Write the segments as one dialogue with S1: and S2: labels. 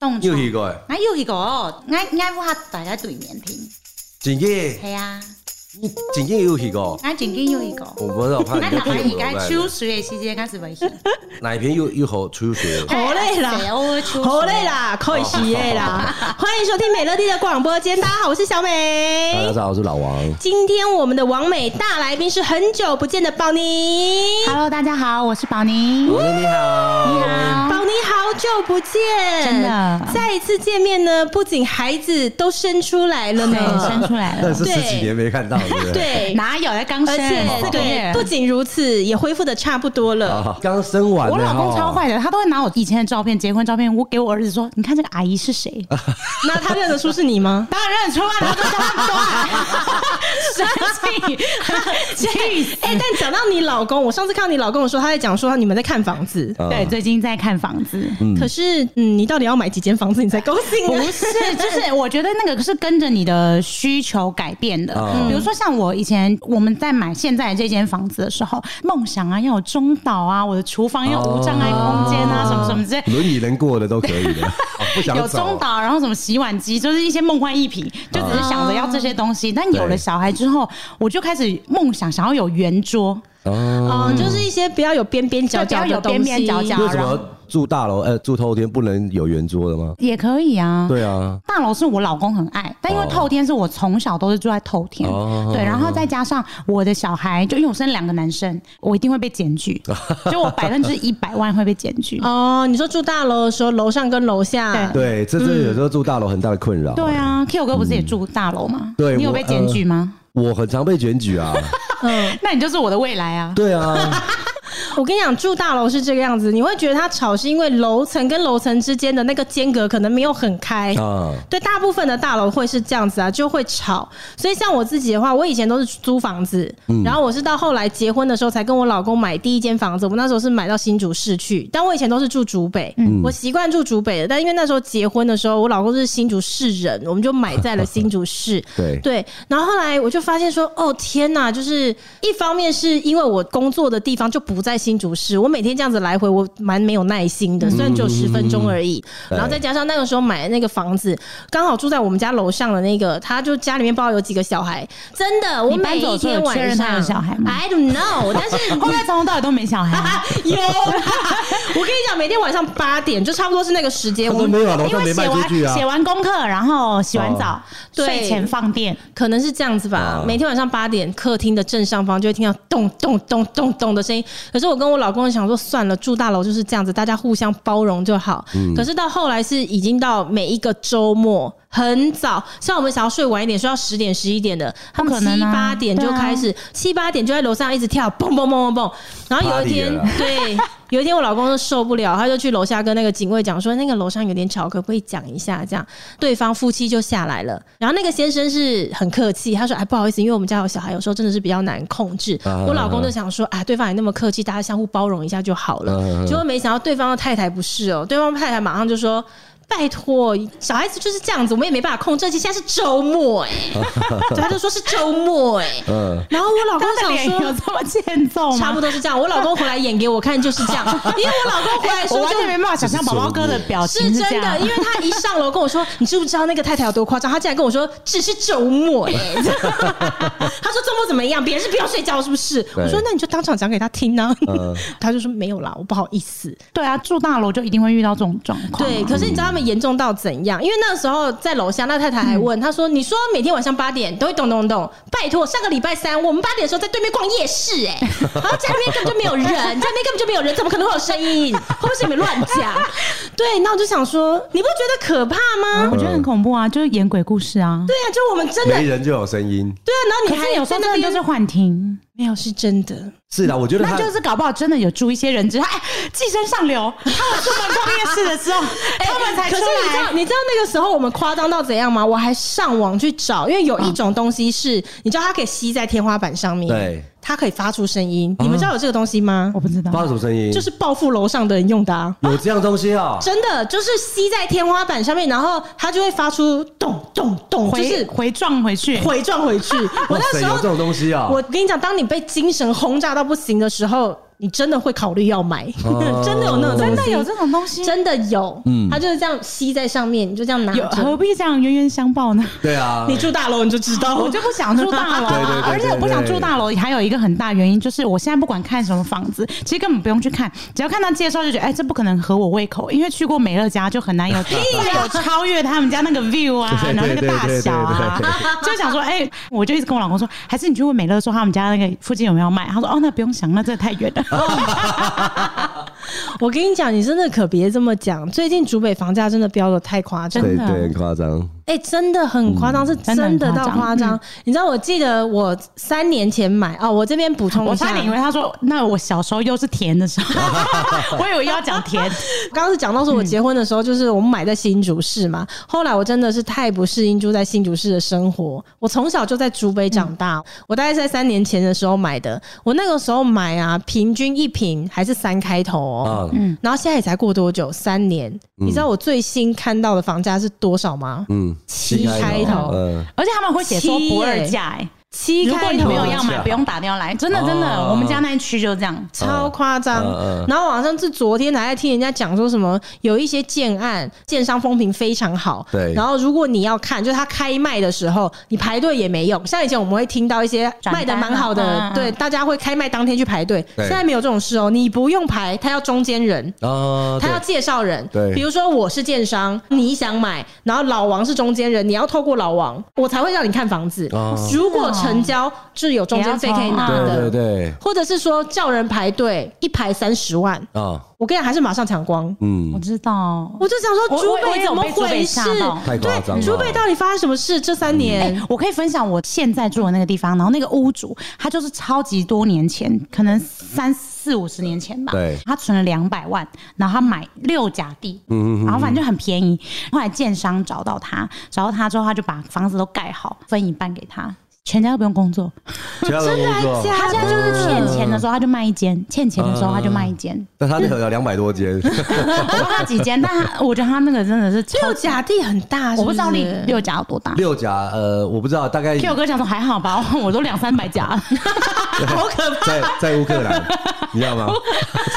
S1: 冻
S2: 又去
S1: 床，
S2: 过的，
S1: 那又去过哦，俺俺我下大家对面听，
S2: 真嘅，
S1: 系啊，
S2: 你真嘅又去过。
S1: 俺曾经又去过。
S2: 我不知道，我怕
S1: 俺
S2: 你
S1: 哪
S2: 在
S1: 里
S2: 骗我
S1: 该
S2: 吧
S1: 秋水的时间开始未 去？
S2: 哪一篇又又好出血？
S3: 好累啦
S1: 哎我秋水
S3: 好累，
S1: 哦
S3: 啦，快洗耶啦！ 欢迎收听美乐蒂的广播间，大家好，我是小
S2: 大
S3: 美
S2: 家。好，我是老
S1: 哎
S2: 王。
S3: 今天我们的王美大来宾是很久不见的宝妮，
S1: Hello，大家
S2: 哦
S1: 好，我是宝妮。
S2: 老师你好，
S1: 你好，
S3: 宝妮好久不见，
S1: 真的
S3: 再一次见面呢，不仅孩子都生出来了
S1: 对，生
S3: 呢，
S1: 出来
S2: 但
S1: 了，
S2: 是十几年没看到，对不对？
S3: 对，
S1: 哪有？刚
S3: 而
S1: 生哦
S3: 且
S1: 四个
S3: 对，
S1: 月
S3: 不。仅如此，也恢复的差不多了。
S2: 啊，刚生完，
S1: 我老公超，坏
S2: 哦
S1: 的，他都会拿我以前的照片、结婚照片，我给我儿子说：“你看这个阿姨是 谁
S3: 那他认得出是 你吗？”？
S1: 当然认出来了，就叫他们过来， 生气， 气死！
S3: 哎、但讲到你老公，我上次看到你老公的时候，他在讲说你们在看房子，
S2: 嗯
S1: 对，最近在看房子。
S3: 可是嗯，你到底要买几间房子你才高兴 啊
S1: 不
S3: 呢？
S1: 是，就是我觉得那个是跟着你的需求改变的。
S2: 嗯
S1: 比如说像我以前我们在买现在这间房子的时候，梦想啊要有中岛啊，我的厨房要有无障碍空间啊，
S3: 哦
S1: 什么什么之类。
S2: 轮椅能过的都可以 的，啊不想
S1: 有
S2: 走
S1: 中岛，然后什么洗碗机，就是一些梦幻一品，就只是想着要这些东西。但有了小孩之后，我就开始梦想想要有圆桌，
S2: 哦。
S3: 哦，就是一些不要有边边角角
S1: 嗯对不要有
S3: 的东西，
S1: 边边角角
S2: 为什么住大楼呃住透天不能有圆桌的吗？
S1: 也可以啊。
S2: 对啊，
S1: 大楼是我老公很爱，但因为
S2: 哦
S1: 透天是我从小都是住在透天，
S2: 哦
S1: 对，然后再加上我的小孩，就因为我生两个男 生，我一定会被检举，就我百分之一百万会被检举。
S3: 哦，你说住大楼的时候，楼上跟楼下，
S2: 对，这这有时候住大楼很大的困扰。
S1: 嗯对，啊，Q 哥不是也住大楼吗？
S2: 对
S1: 你有
S2: 我
S1: 被检举吗？
S2: 我很常被检举啊。
S3: 嗯，
S1: 那你就是我的未来啊！
S2: 对啊，
S3: 我跟你讲，住大楼是这个样子，你会觉得它吵是因为楼层跟楼层之间的那个间隔可能没有很
S1: 哎
S3: 开。
S2: 啊，
S3: 对，大部分的大楼会是这样子啊，就会吵。所以像我自己的话，我以前都是租房子，然后我是到后来结婚的时候才跟我老公买第一间房子。我们那时候是买到新竹市去，但我以前都是住竹北，我习惯住竹北的。但因为那时候结婚的时候，我老公是新竹市人，我们就买在了新竹市。
S2: 对
S3: 对，然后后来我就发现说，哦天哪，就是一方面是因为我工作的地方就不在新竹市，我每天这样子来回，我蛮没有耐心的，虽然只有十分钟而已。
S2: 对
S3: 然后再加上那个时候买的那个房子，刚好住在我们家楼上的那个，他就家里面不知道有几个小孩，真的，我
S1: 你搬
S3: 每
S1: 走的
S3: 一
S1: 时候
S3: 天
S1: 有确
S3: 晚
S1: 认他
S3: 上
S1: 有小孩吗
S3: ？I don't know，但是
S1: 后来从头到尾都没小孩，啊
S3: 有啦， 我跟你讲，每天晚上八点就差不多是那个时间，
S2: 他
S3: 我
S2: 说
S3: 们
S2: 没有 啊，楼
S1: 因
S2: 上没
S1: 为
S2: 卖
S1: 写
S2: 出
S1: 完
S2: 去啊
S1: 写。完功课，然后洗完澡，
S3: 哦对
S1: 睡前放电，
S3: 可能是这样子吧。
S2: 啊
S3: 每天晚上八点，客厅的正上方就会听到咚咚咚咚咚的声音。可是我跟我老公想说，算了，住大楼就是这样子，大家互相包容就好。
S2: 嗯
S3: 可是到后来是已经到每一个周末很早，像我们想要睡晚一点，睡到十点十一点的，他们
S1: 不可
S3: 七
S1: 能啊
S3: 八点就
S1: 对啊
S3: 开始，七八点就在楼上一直跳，蹦蹦蹦蹦蹦。然后有一
S2: Party
S3: 天
S2: 了 啦，
S3: 对，有一天我老公就受不了，他就去楼下跟那个警卫讲说，那个楼上有点吵，可不可以讲一下？这样，对方夫妻就下来了。然后那个先生是很客气，他说：“哎，不好意思，因为我们家有小孩，有时候真的是比较难控制。
S2: 啊啊啊”
S3: 我老公就想说：“哎，对方也那么客气，大家相互包容一下就好
S2: 啊啊
S3: 了
S2: 啊。”
S3: 结果没想到对方的太太不是哦，对方太太马上就说。拜托，小孩子就是这样子，我们也没办法控制。而且现在是 周末哎、对他就说是周末哎、
S2: 嗯，
S3: 然后我老公
S1: 他的
S3: 想
S1: 脸
S3: 说
S1: 有，这么欠揍
S3: 差
S1: 吗
S3: 不？多是这样。我老公回来演给我看就是这 样，因为哎我老公回来
S1: 我
S3: 说
S1: 完
S3: 就
S1: 全没办法想象宝宝哥的表情
S3: 是
S1: 这
S3: 真
S1: 样
S3: 的，因为他一上楼跟我说，你知不知道那个太太有多夸张？他竟然跟我说只是周末耶，他说周末怎么样？别人是不要睡觉是不是？
S2: 对
S3: 我说那你就当场讲给他听呢、
S2: 嗯
S3: 他就说没有啦，我不好意思。
S1: 对啊，住大楼就一定会遇到这种状况啊。
S3: 对，可是你知道他们严重到怎样？因为那时候在楼下，那太太还
S1: 嗯
S3: 问他说：“你说每天晚上八点都会咚咚咚，拜托，上个礼拜三我们八点的时候在对面逛夜市、 哎，然后家里面根本就没有人，家里面根本就没有人，怎么可能会有声音？会不会是你们乱 讲？”对，那我就想说，你不觉得可怕吗？
S1: 我觉得很恐怖啊，就是演鬼故事啊。
S3: 对啊，就我们真的
S2: 没人就有声音。
S3: 对啊，然后
S1: 可
S3: 你还
S1: 是有时候
S3: 在那
S1: 真的
S3: 边
S1: 就是幻听，
S3: 没有是真的。
S2: 是的，我觉得
S1: 那
S2: 他
S1: 就是搞不好真的有住一些人知道，哎，寄生上流，他们出门逛夜市的 时候，他们才出
S3: 哎可是你知道，
S1: 来。
S3: 你知道那个时候我们夸张到怎样吗？我还上网去找，因为有一种东西是，你知道它可以吸在天花板上面，
S2: 对，啊哦
S3: 它可以发出声音。你们知道有这个东西吗
S1: 我？不知道
S2: 发，出什么声音？
S3: 就是报复楼上的人用的、啊。
S2: 有这样东西啊。
S3: 真的就是吸在天花板上面，然后它就会发出咚咚咚，就
S1: 回
S3: 是
S1: 回撞回去。
S3: 回啊撞回去。我
S2: 哇
S3: 那
S2: 塞，
S3: 时
S2: 有这
S3: 候，
S2: 种东西啊！
S3: 我跟你讲，当你被精神轰炸到不行的时候，你真的会考虑要买，
S2: 哦
S3: 真的有那种东西
S1: 真的有这种东西，
S3: 真的有，
S2: 嗯
S3: 它就是这样吸在上面，你就这样拿
S1: 有何
S3: 着。
S1: 必这样冤冤相报呢？
S2: 对啊，
S3: 你住大楼你就知道，
S1: 我就不想住大楼
S2: 哦对对
S1: 啊，
S2: 对对对
S1: 而且我不想住大楼，还有一个很大原因就是，我现在不管看什么房子，其实根本不用去看，只要看到介绍就觉得，哎，这不可能合我胃口，因为去过美乐家就很难有 有超越他们家那个 view 啊，
S2: 对对
S1: 然后那个大小啊
S2: 对对，
S1: 就想说，哎，我就一直跟我老公说，还是你去问美乐说他们家那个附近有没有卖，他说，哦，那不用想，那这太远了，
S3: 我跟你讲，你真的可别这么讲。最近竹北房价真的飙的太夸张，
S2: 对
S1: 真的
S2: 对，很夸张。
S3: 哎、真的很夸张，是
S1: 真的很
S3: 真的到
S1: 夸
S3: 夸张。你知道，我记得我三年前买哦，我这边补充
S1: 我
S3: 一下，
S1: 差点以为他说，那我小时候又是甜 的时候，我以为要讲甜，
S3: 刚刚是讲到说，我结婚的时候就是我们买在新竹市嘛。后来我真的是太不适应住在新竹市的生活。我从小就在竹北长大，我大概是在三年前的时候买的。我那个时候买啊，平均一平还是三开头哦。
S2: 嗯
S3: 然后现在也才过多久？三年。
S1: 嗯
S3: 你知道我最新看到的房价是多少吗？
S2: 嗯，
S3: 七开头
S2: 嗯，
S1: 而且他们会写说不二价，哎。
S3: 七
S1: 如果
S3: 开
S1: 你
S3: 头
S1: 没有要
S2: 是
S1: 买，
S2: 啊
S1: 不用打电话来，真的真的，
S2: 哦
S1: 我们家那一区就这样。
S3: 超夸张。
S2: 嗯嗯
S3: 然后网上是昨天还在听人家讲说什么，有一些建案建商风评非常好，
S2: 对
S3: 然后如果你要看，就是他开卖的时候，你排队也没用。像以前我们会听到一些
S1: 转单啊
S3: 卖的蛮好的
S1: 嗯，嗯
S3: 对，大家会开卖当天去排队。
S2: 对
S3: 现在没有这种事哦，你不用排，他要中间人。
S2: 啊，
S3: 他要
S2: 对
S3: 介绍人，
S2: 对
S3: 比如说我是建商，你想买，然后老王是中间人，你要透过老王，我才会让你看房子。
S2: 哦
S3: 如果成交，就有中间费可以拿
S1: 也要
S3: 的，
S2: 啊对对对
S3: 或者是说叫人排队一排三十万，
S2: 啊，
S3: 我跟你讲还是马上抢光。
S1: 我
S2: 嗯，
S1: 知道。
S3: 我就想
S1: 我
S3: 说，
S1: 我我
S3: 竹
S1: 也
S3: 北
S1: 有
S3: 怎么
S1: 被竹北
S3: 回事
S1: 吓到？
S2: 太夸张了。
S3: 竹北到底发生什么事？这三年
S1: 哎，我可以分享我现在住的那个地方，然后那个屋主他就是超级多年前，可能三四五十年前吧，
S2: 对
S1: 他存了两百万，然后他买六甲地，然后反正就很便宜。后来建商找到他，找到他之后，他就把房子都盖好，分一半给他，全家都不用工作。
S2: 其他的工作，
S1: 他现在就是欠钱的时候他就卖一间，欠钱的时候他就卖一间，
S2: 但他那个有两百多间，
S1: 我说他几间，但他我觉得他那个真的是超
S3: 六甲地很大，是
S1: 我不知道
S3: 是
S1: 六六甲有多大。
S2: 六甲呃，我不知道，大概
S1: Q 哥讲说还好吧， 我都两三百甲了。
S2: 好可怕，在在乌克兰，你知道吗？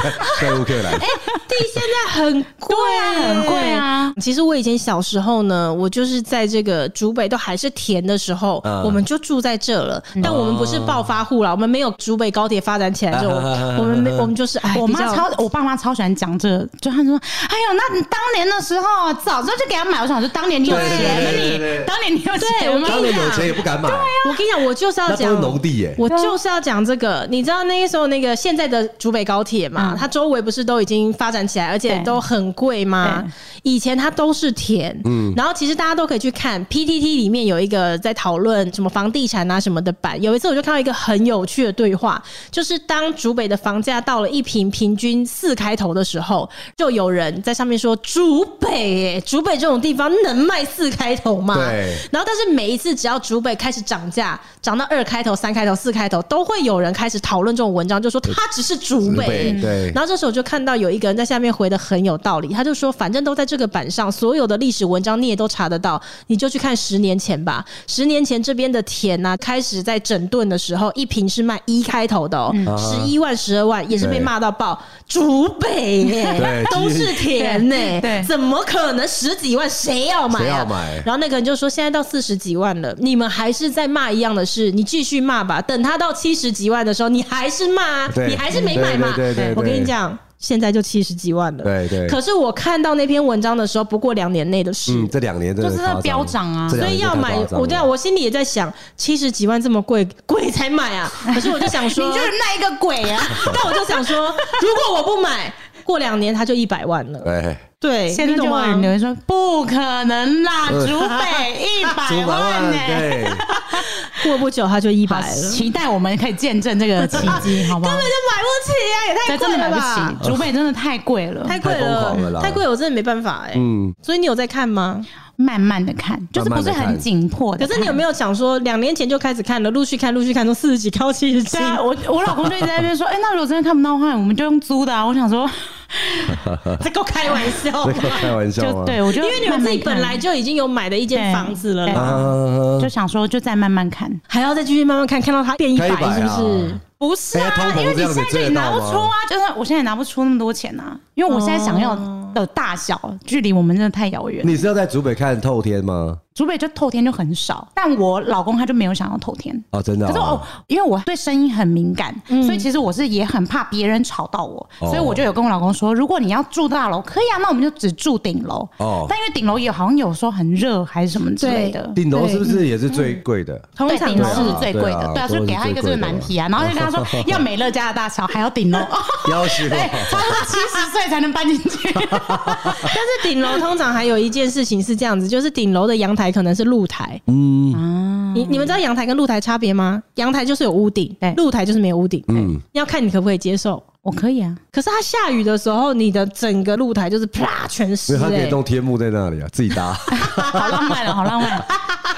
S2: 在在乌克兰，
S3: 地现在很贵，
S1: 对啊很贵啊。
S3: 其实我以前小时候呢，我就是在这个竹北都还是田的时候，
S2: 嗯哦
S3: 我们就住在这了。但我们不是暴发户啦，我们没有竹北高铁发展起 来之后，
S2: 嗯
S3: 我们没我们就是哎，
S1: 我妈
S3: 比较
S1: 超，我爸妈超喜欢讲这个，就他说：“哎呦，那你当年的时候，早知道就给他买。”我想说，当年你有
S2: 对对
S1: 钱吗？
S2: 对对对
S1: 你当年你有
S3: 对
S1: 钱吗？
S2: 当年有钱也不敢买，
S3: 我跟你讲，我就是要
S2: 那
S3: 讲
S2: 都是农地耶。
S1: 啊
S3: 我就是要讲这个，你知道那个时候那个现在的竹北高铁嘛，
S1: 嗯
S3: 它周围不是都已经发展起来，而且
S1: 对
S3: 都很贵吗
S1: 对？
S3: 以前它都是田，嗯，然后其实大家都可以去看 PTT 里面有一个在讨论什么房地产啊什么的版，有一次我就看到一个很有趣的对话，就是当竹北的房价到了一平平均四开头的时候，就有人在上面说竹北、欸，竹北这种地方能卖四开头吗？
S2: 对
S3: 然后，但是每一次只要竹北开始涨价，涨到二开头、三开头、四开头，都会有人开始讨论这种文章，就说它只是竹
S2: 竹北
S3: 北。
S1: 嗯
S2: 对
S3: 然后这时候我就看到有一个人在下面回的很有道理，他就说，反正都在这个版上，所有的历史文章你也都查得到，你就去看十年前吧。十年前这边的田呐、开始在整顿的时候，一瓶是卖一开头的哦，
S2: 啊
S3: 十一、万、十二万，也是被
S2: 对
S3: 骂到爆。竹北耶
S2: 对，
S3: 都是田呢、
S1: 对对
S3: 怎么可能十几万？谁要买、啊？
S2: 谁要买
S3: 然后那个人就说：“现在到四十几万了，你们还是在骂一样的事，你继续骂吧。等他到七十几万的时候，你还是骂、啊，
S2: 对
S3: 你还是没买嘛。
S2: 对对对对
S3: 我跟你讲，现在就七十几万了。
S2: 对对
S3: 可是我看到那篇文章的时候，不过两年内的事。
S2: 嗯，这两年真的
S1: 就是在
S2: 夸张
S1: 飙涨啊
S2: 这
S3: 所
S2: 两
S3: 以
S2: 年
S3: 要
S2: 真的
S3: 买
S2: 夸，张
S3: 我对啊，
S2: 了
S3: 我心里也在想，七十几万这么贵， 贵才买 啊！可是我就想
S1: 你
S3: 说，
S1: 就是那一个鬼啊！
S3: 但我就 想说，如果我不买，过两年它就一百万了。
S2: 对，
S3: 对，
S1: 现在
S3: 你
S1: 就
S3: 懂
S1: 有
S3: 吗
S1: 人留言说：“不可能啦，竹北一百万哎
S2: 竹百万
S1: 呢、
S2: 哎 对，
S3: 过不久它就一百
S1: 好，
S3: 了。
S1: 期待我们可以见证这个契机，好吗？
S3: 根本就买不起啊，也
S1: 这
S3: 太
S1: 真的
S3: 贵
S1: 买
S3: 了
S1: 不
S3: 吧！
S1: 起，竹北真的太贵了，
S3: 太贵
S2: 太疯狂了
S3: 了，
S2: 啦
S3: 太贵，我真的没办法哎、
S2: 嗯，
S3: 所以你有在看吗？
S1: 慢慢的看，就是不是
S2: 慢慢地
S1: 很
S2: 看
S1: 紧迫的。
S3: 可是你有没有想说，两年前就开始看了，陆续看，陆续看，从四十几看到七十 几
S1: 对？啊，我我老公就一直在那边说，哎、那如果真的看不到的话，我们就用租的啊。我想说，
S3: 在跟我开玩笑
S2: 这个
S3: 吗？
S2: 开玩笑啊
S1: 就
S2: 吗？
S1: 对我就哎
S3: 因为你们自己本来
S1: 慢慢
S3: 就已经有买的一间房子了
S1: 对
S3: 啦，
S1: 看
S2: 啊
S1: 就，想说就再慢慢
S2: 哎
S1: 看，
S3: 还要再继续慢慢看，看到它变一
S2: 开
S3: 百
S2: 一百
S3: 是
S2: 啊
S3: 不是？
S1: 不是
S2: 哎通
S1: 啊，
S2: 膨
S1: 因为你
S2: 这样
S1: 现
S2: 子
S1: 在就也
S2: 追得
S1: 拿不
S2: 到吗
S1: 出啊，就是我现在也拿不出那么多钱啊，因为我现在想要的大小距离我们真的太遥远。
S2: 你是要在竹北看透天吗？
S1: 竹北就透天就很少，但我老公他就没有想要透天。
S2: 哦，真的。
S1: 可是哦，，因为我对声音很敏感，所以其实我是也很怕别人吵到我，
S2: 哦
S1: 所以我就有跟我老公说，如果你要住大楼，可以啊，那我们就只住顶楼。
S2: 哦
S1: 但因为顶楼也好像有说很热还是什么之类的，
S2: 顶楼是不是也是最 贵的？
S1: 通常
S3: 对
S1: 顶
S3: 顶
S1: 楼
S3: 楼
S1: 是最贵的，
S2: 对
S1: 对
S2: 啊
S1: 啊，所以给他一个这个难题啊，然后就跟他说要美乐家的大小，还要顶楼，哦
S2: 要求
S1: 对，差不多七十岁才能搬进去。
S3: 但是顶楼通常还有一件事情是这样子，就是顶楼的阳台可能是露台。
S2: 嗯
S3: 你你们知道阳台跟露台差别吗？阳台就是有屋顶
S1: 啊对，
S3: 露台就是没有屋顶。
S2: 嗯，
S3: 要看你可不可以接受。
S1: 我可以啊，
S3: 可是它下雨的时候，你的整个露台就是啪全
S2: 所
S3: 湿、
S2: 以他可以
S3: 欸。
S2: 弄天幕在那里啊，自己搭。
S1: 哎好浪漫了，哦好浪漫。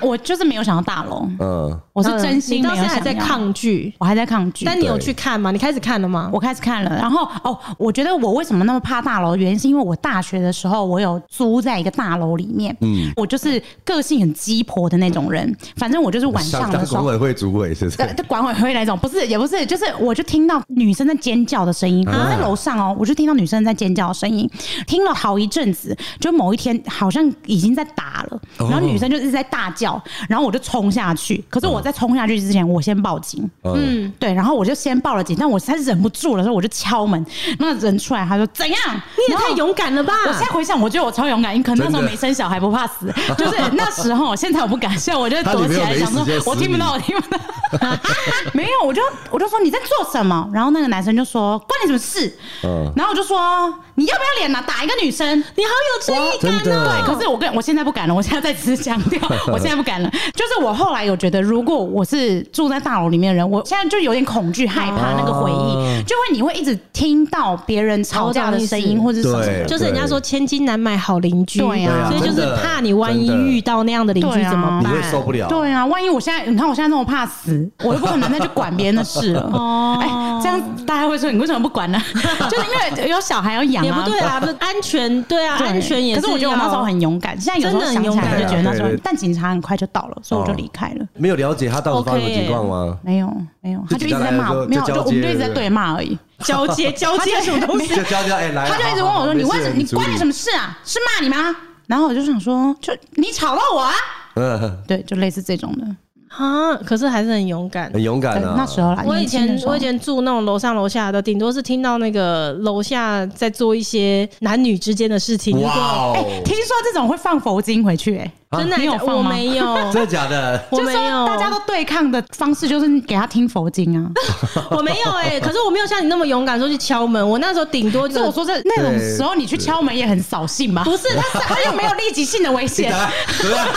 S1: 我就是没有想要大楼，
S2: 嗯，
S1: 我是真
S3: 你
S1: 心没
S3: 到
S1: 有
S3: 现在
S1: 想
S3: 还
S1: 要
S3: 在，抗拒，
S1: 我还在抗拒。
S3: 但你有
S2: 对
S3: 去看吗？你开始看了吗？
S1: 我开始看了，然后哦，我觉得我为什么那么怕大楼，原因是因为我大学的时候我有租在一个大楼里面，嗯，我就是个性很鸡婆的那种人，反正我就是晚上
S2: 想
S1: 的
S2: 当
S1: 时
S2: 管
S1: 候。
S2: 委会主委是 不
S1: 对
S2: 是？，
S1: 对管委会那种，不是也不是，就是我就听到女生在尖叫的声音，我在楼上哦，我就听到女生在尖叫的声音，听了好一阵子，就某一天好像已经在打了，然后女生就一直在大叫，然后我就冲下去，可是我在冲下去之前，我先报警，
S2: 嗯，
S1: 嗯，对，然后我就先报了警，但我实在忍不住了，所以我就敲门，那人出来，他说怎样？
S3: 你也
S1: 然后
S3: 太勇敢了吧！
S1: 我现在回想，我觉得我超勇敢，因为可能那时候
S2: 真的
S1: 没生小孩不怕 死，就是那时候，现在我不敢，现在我就躲起来想
S2: 他
S1: 说
S2: 里面有没死现在，死
S1: 我听不到，我听不到， 没有，我就我就说你在做什么？然后那个男生就说关你什么事？
S2: 嗯
S1: 然后我就说你要不要脸呐、打一个女生？
S3: 你好有正义
S2: 真
S3: 感
S2: 的
S3: 哦、
S1: 啊可是我跟我现在不敢了，我现在再次强 调，我现在不敢了。就是我后来有觉得，如果我是住在大楼里面的人，我现在就有点恐惧、害怕那个回忆，
S2: 哦
S1: 就会你会一直听到别人吵架的声音或者什么
S2: 对
S1: 的。
S3: 就是人家说千金难买好邻居，
S1: 对啊
S3: 所以就
S2: 真
S3: 是
S2: 的
S3: 怕你万一
S2: 真的
S3: 遇到那样的邻居
S1: 对啊
S3: 怎么
S2: 你
S3: 办？
S2: 会受不
S3: 哦
S2: 了。
S1: 对啊，万一我现在，你看我现在那么怕死，我又不可能再去管别人的事 了。哦，哎，这样大家会说你为什么不管呢？就是因为有小孩要养
S3: 也不
S1: 啊，
S3: 对 啊，不是安全，对啊，
S1: 对
S3: 安全也
S1: 可是我觉得我
S3: 要
S1: 那时候很勇敢，现在有时候想起来就觉得那时候
S2: 真的很勇敢，
S1: 但警察很快就到了，所以我就
S2: 哦
S1: 离开了。
S2: 没有了解他到底发生什么情况吗？
S1: 没有没有，他就一直在骂我，
S2: 就
S1: 没有，就
S2: 交接
S1: 我们就一直在
S2: 对不对
S1: 对骂而已。
S3: 交 接交接什么东西？
S2: 就教教哎来，
S1: 他就一直问我说：“你为什么？你关你什
S2: 么？
S1: 么事啊？是骂你吗？”然后我就想说：“就你吵到我啊
S2: 嗯，！”
S1: 对，就类似这种的。
S3: 啊，可是还是很勇敢。
S2: 很勇敢
S1: 对，
S2: 啊。
S1: 那时候啦，
S3: 我以前
S1: 年轻的时候
S3: 我以前住那种楼上楼下的，顶多是听到那个楼下在做一些男女之间的事情。如
S2: 哇
S3: 果
S1: 哎
S2: 哦，，
S1: 听说这种会放佛经回去，哎，
S3: 真的
S1: 你有
S3: 还假
S1: 放
S3: 我
S1: 吗
S3: 没有，
S2: 真的假的？
S3: 我
S1: 就是
S3: 没
S1: 说
S3: 有，
S1: 大家都对抗的方式就是给他听佛经 啊。
S3: 我没有哎、可是我没有像你那么勇敢说去敲门，我那时候顶多
S1: 所以我
S3: 就。
S1: 说这那种时候你去敲门也很扫兴吧？
S3: 不是，但是
S1: 他又没有立即性的危
S2: 你
S1: 险，
S2: 打怎么样？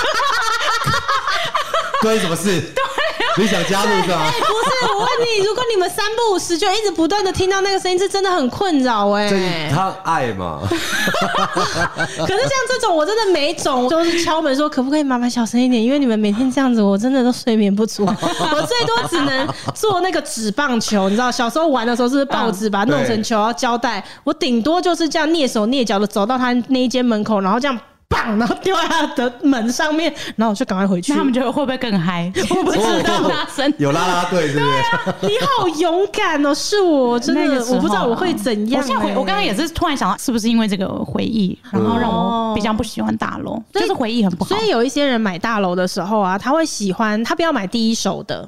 S2: 关你什么事？
S1: 啊
S2: 你想加入是吧？
S3: 不是，我问你，如果你们三不五时就一直不断的听到那个声音，是真的很困扰哎、
S2: 这他爱嘛？
S3: 可是像这种，我真的每种都是敲门说，可不可以麻烦小声一点？因为你们每天这样子，我真的都睡眠不 足。我最多只能做那个纸棒球，你知道，小时候玩的时候是不是报纸把它弄成球，然后胶带。我顶多就是这样蹑手蹑脚的走到他那一间门口，然后这样。棒，然后丢在他的门上面，然后我就赶快回去。
S1: 那他们觉得会不会更 嗨？我不知道拉伸。
S2: 哦有啦啦队是不
S1: 啊
S2: 啊是？
S3: 你好勇敢哦！是我真
S1: 那
S3: 的
S1: 个，时候啊
S3: 我不知道我会怎样、
S1: 我现在回，
S3: 欸
S1: 我刚刚也是突然想到，是不是因为这个回忆，然后让我比较不喜欢大楼，
S3: 哦所
S1: 就
S3: 以
S1: 是回忆很不好
S3: 所。以有一些人买大楼的时候啊，他会喜欢，他不要买第一手的。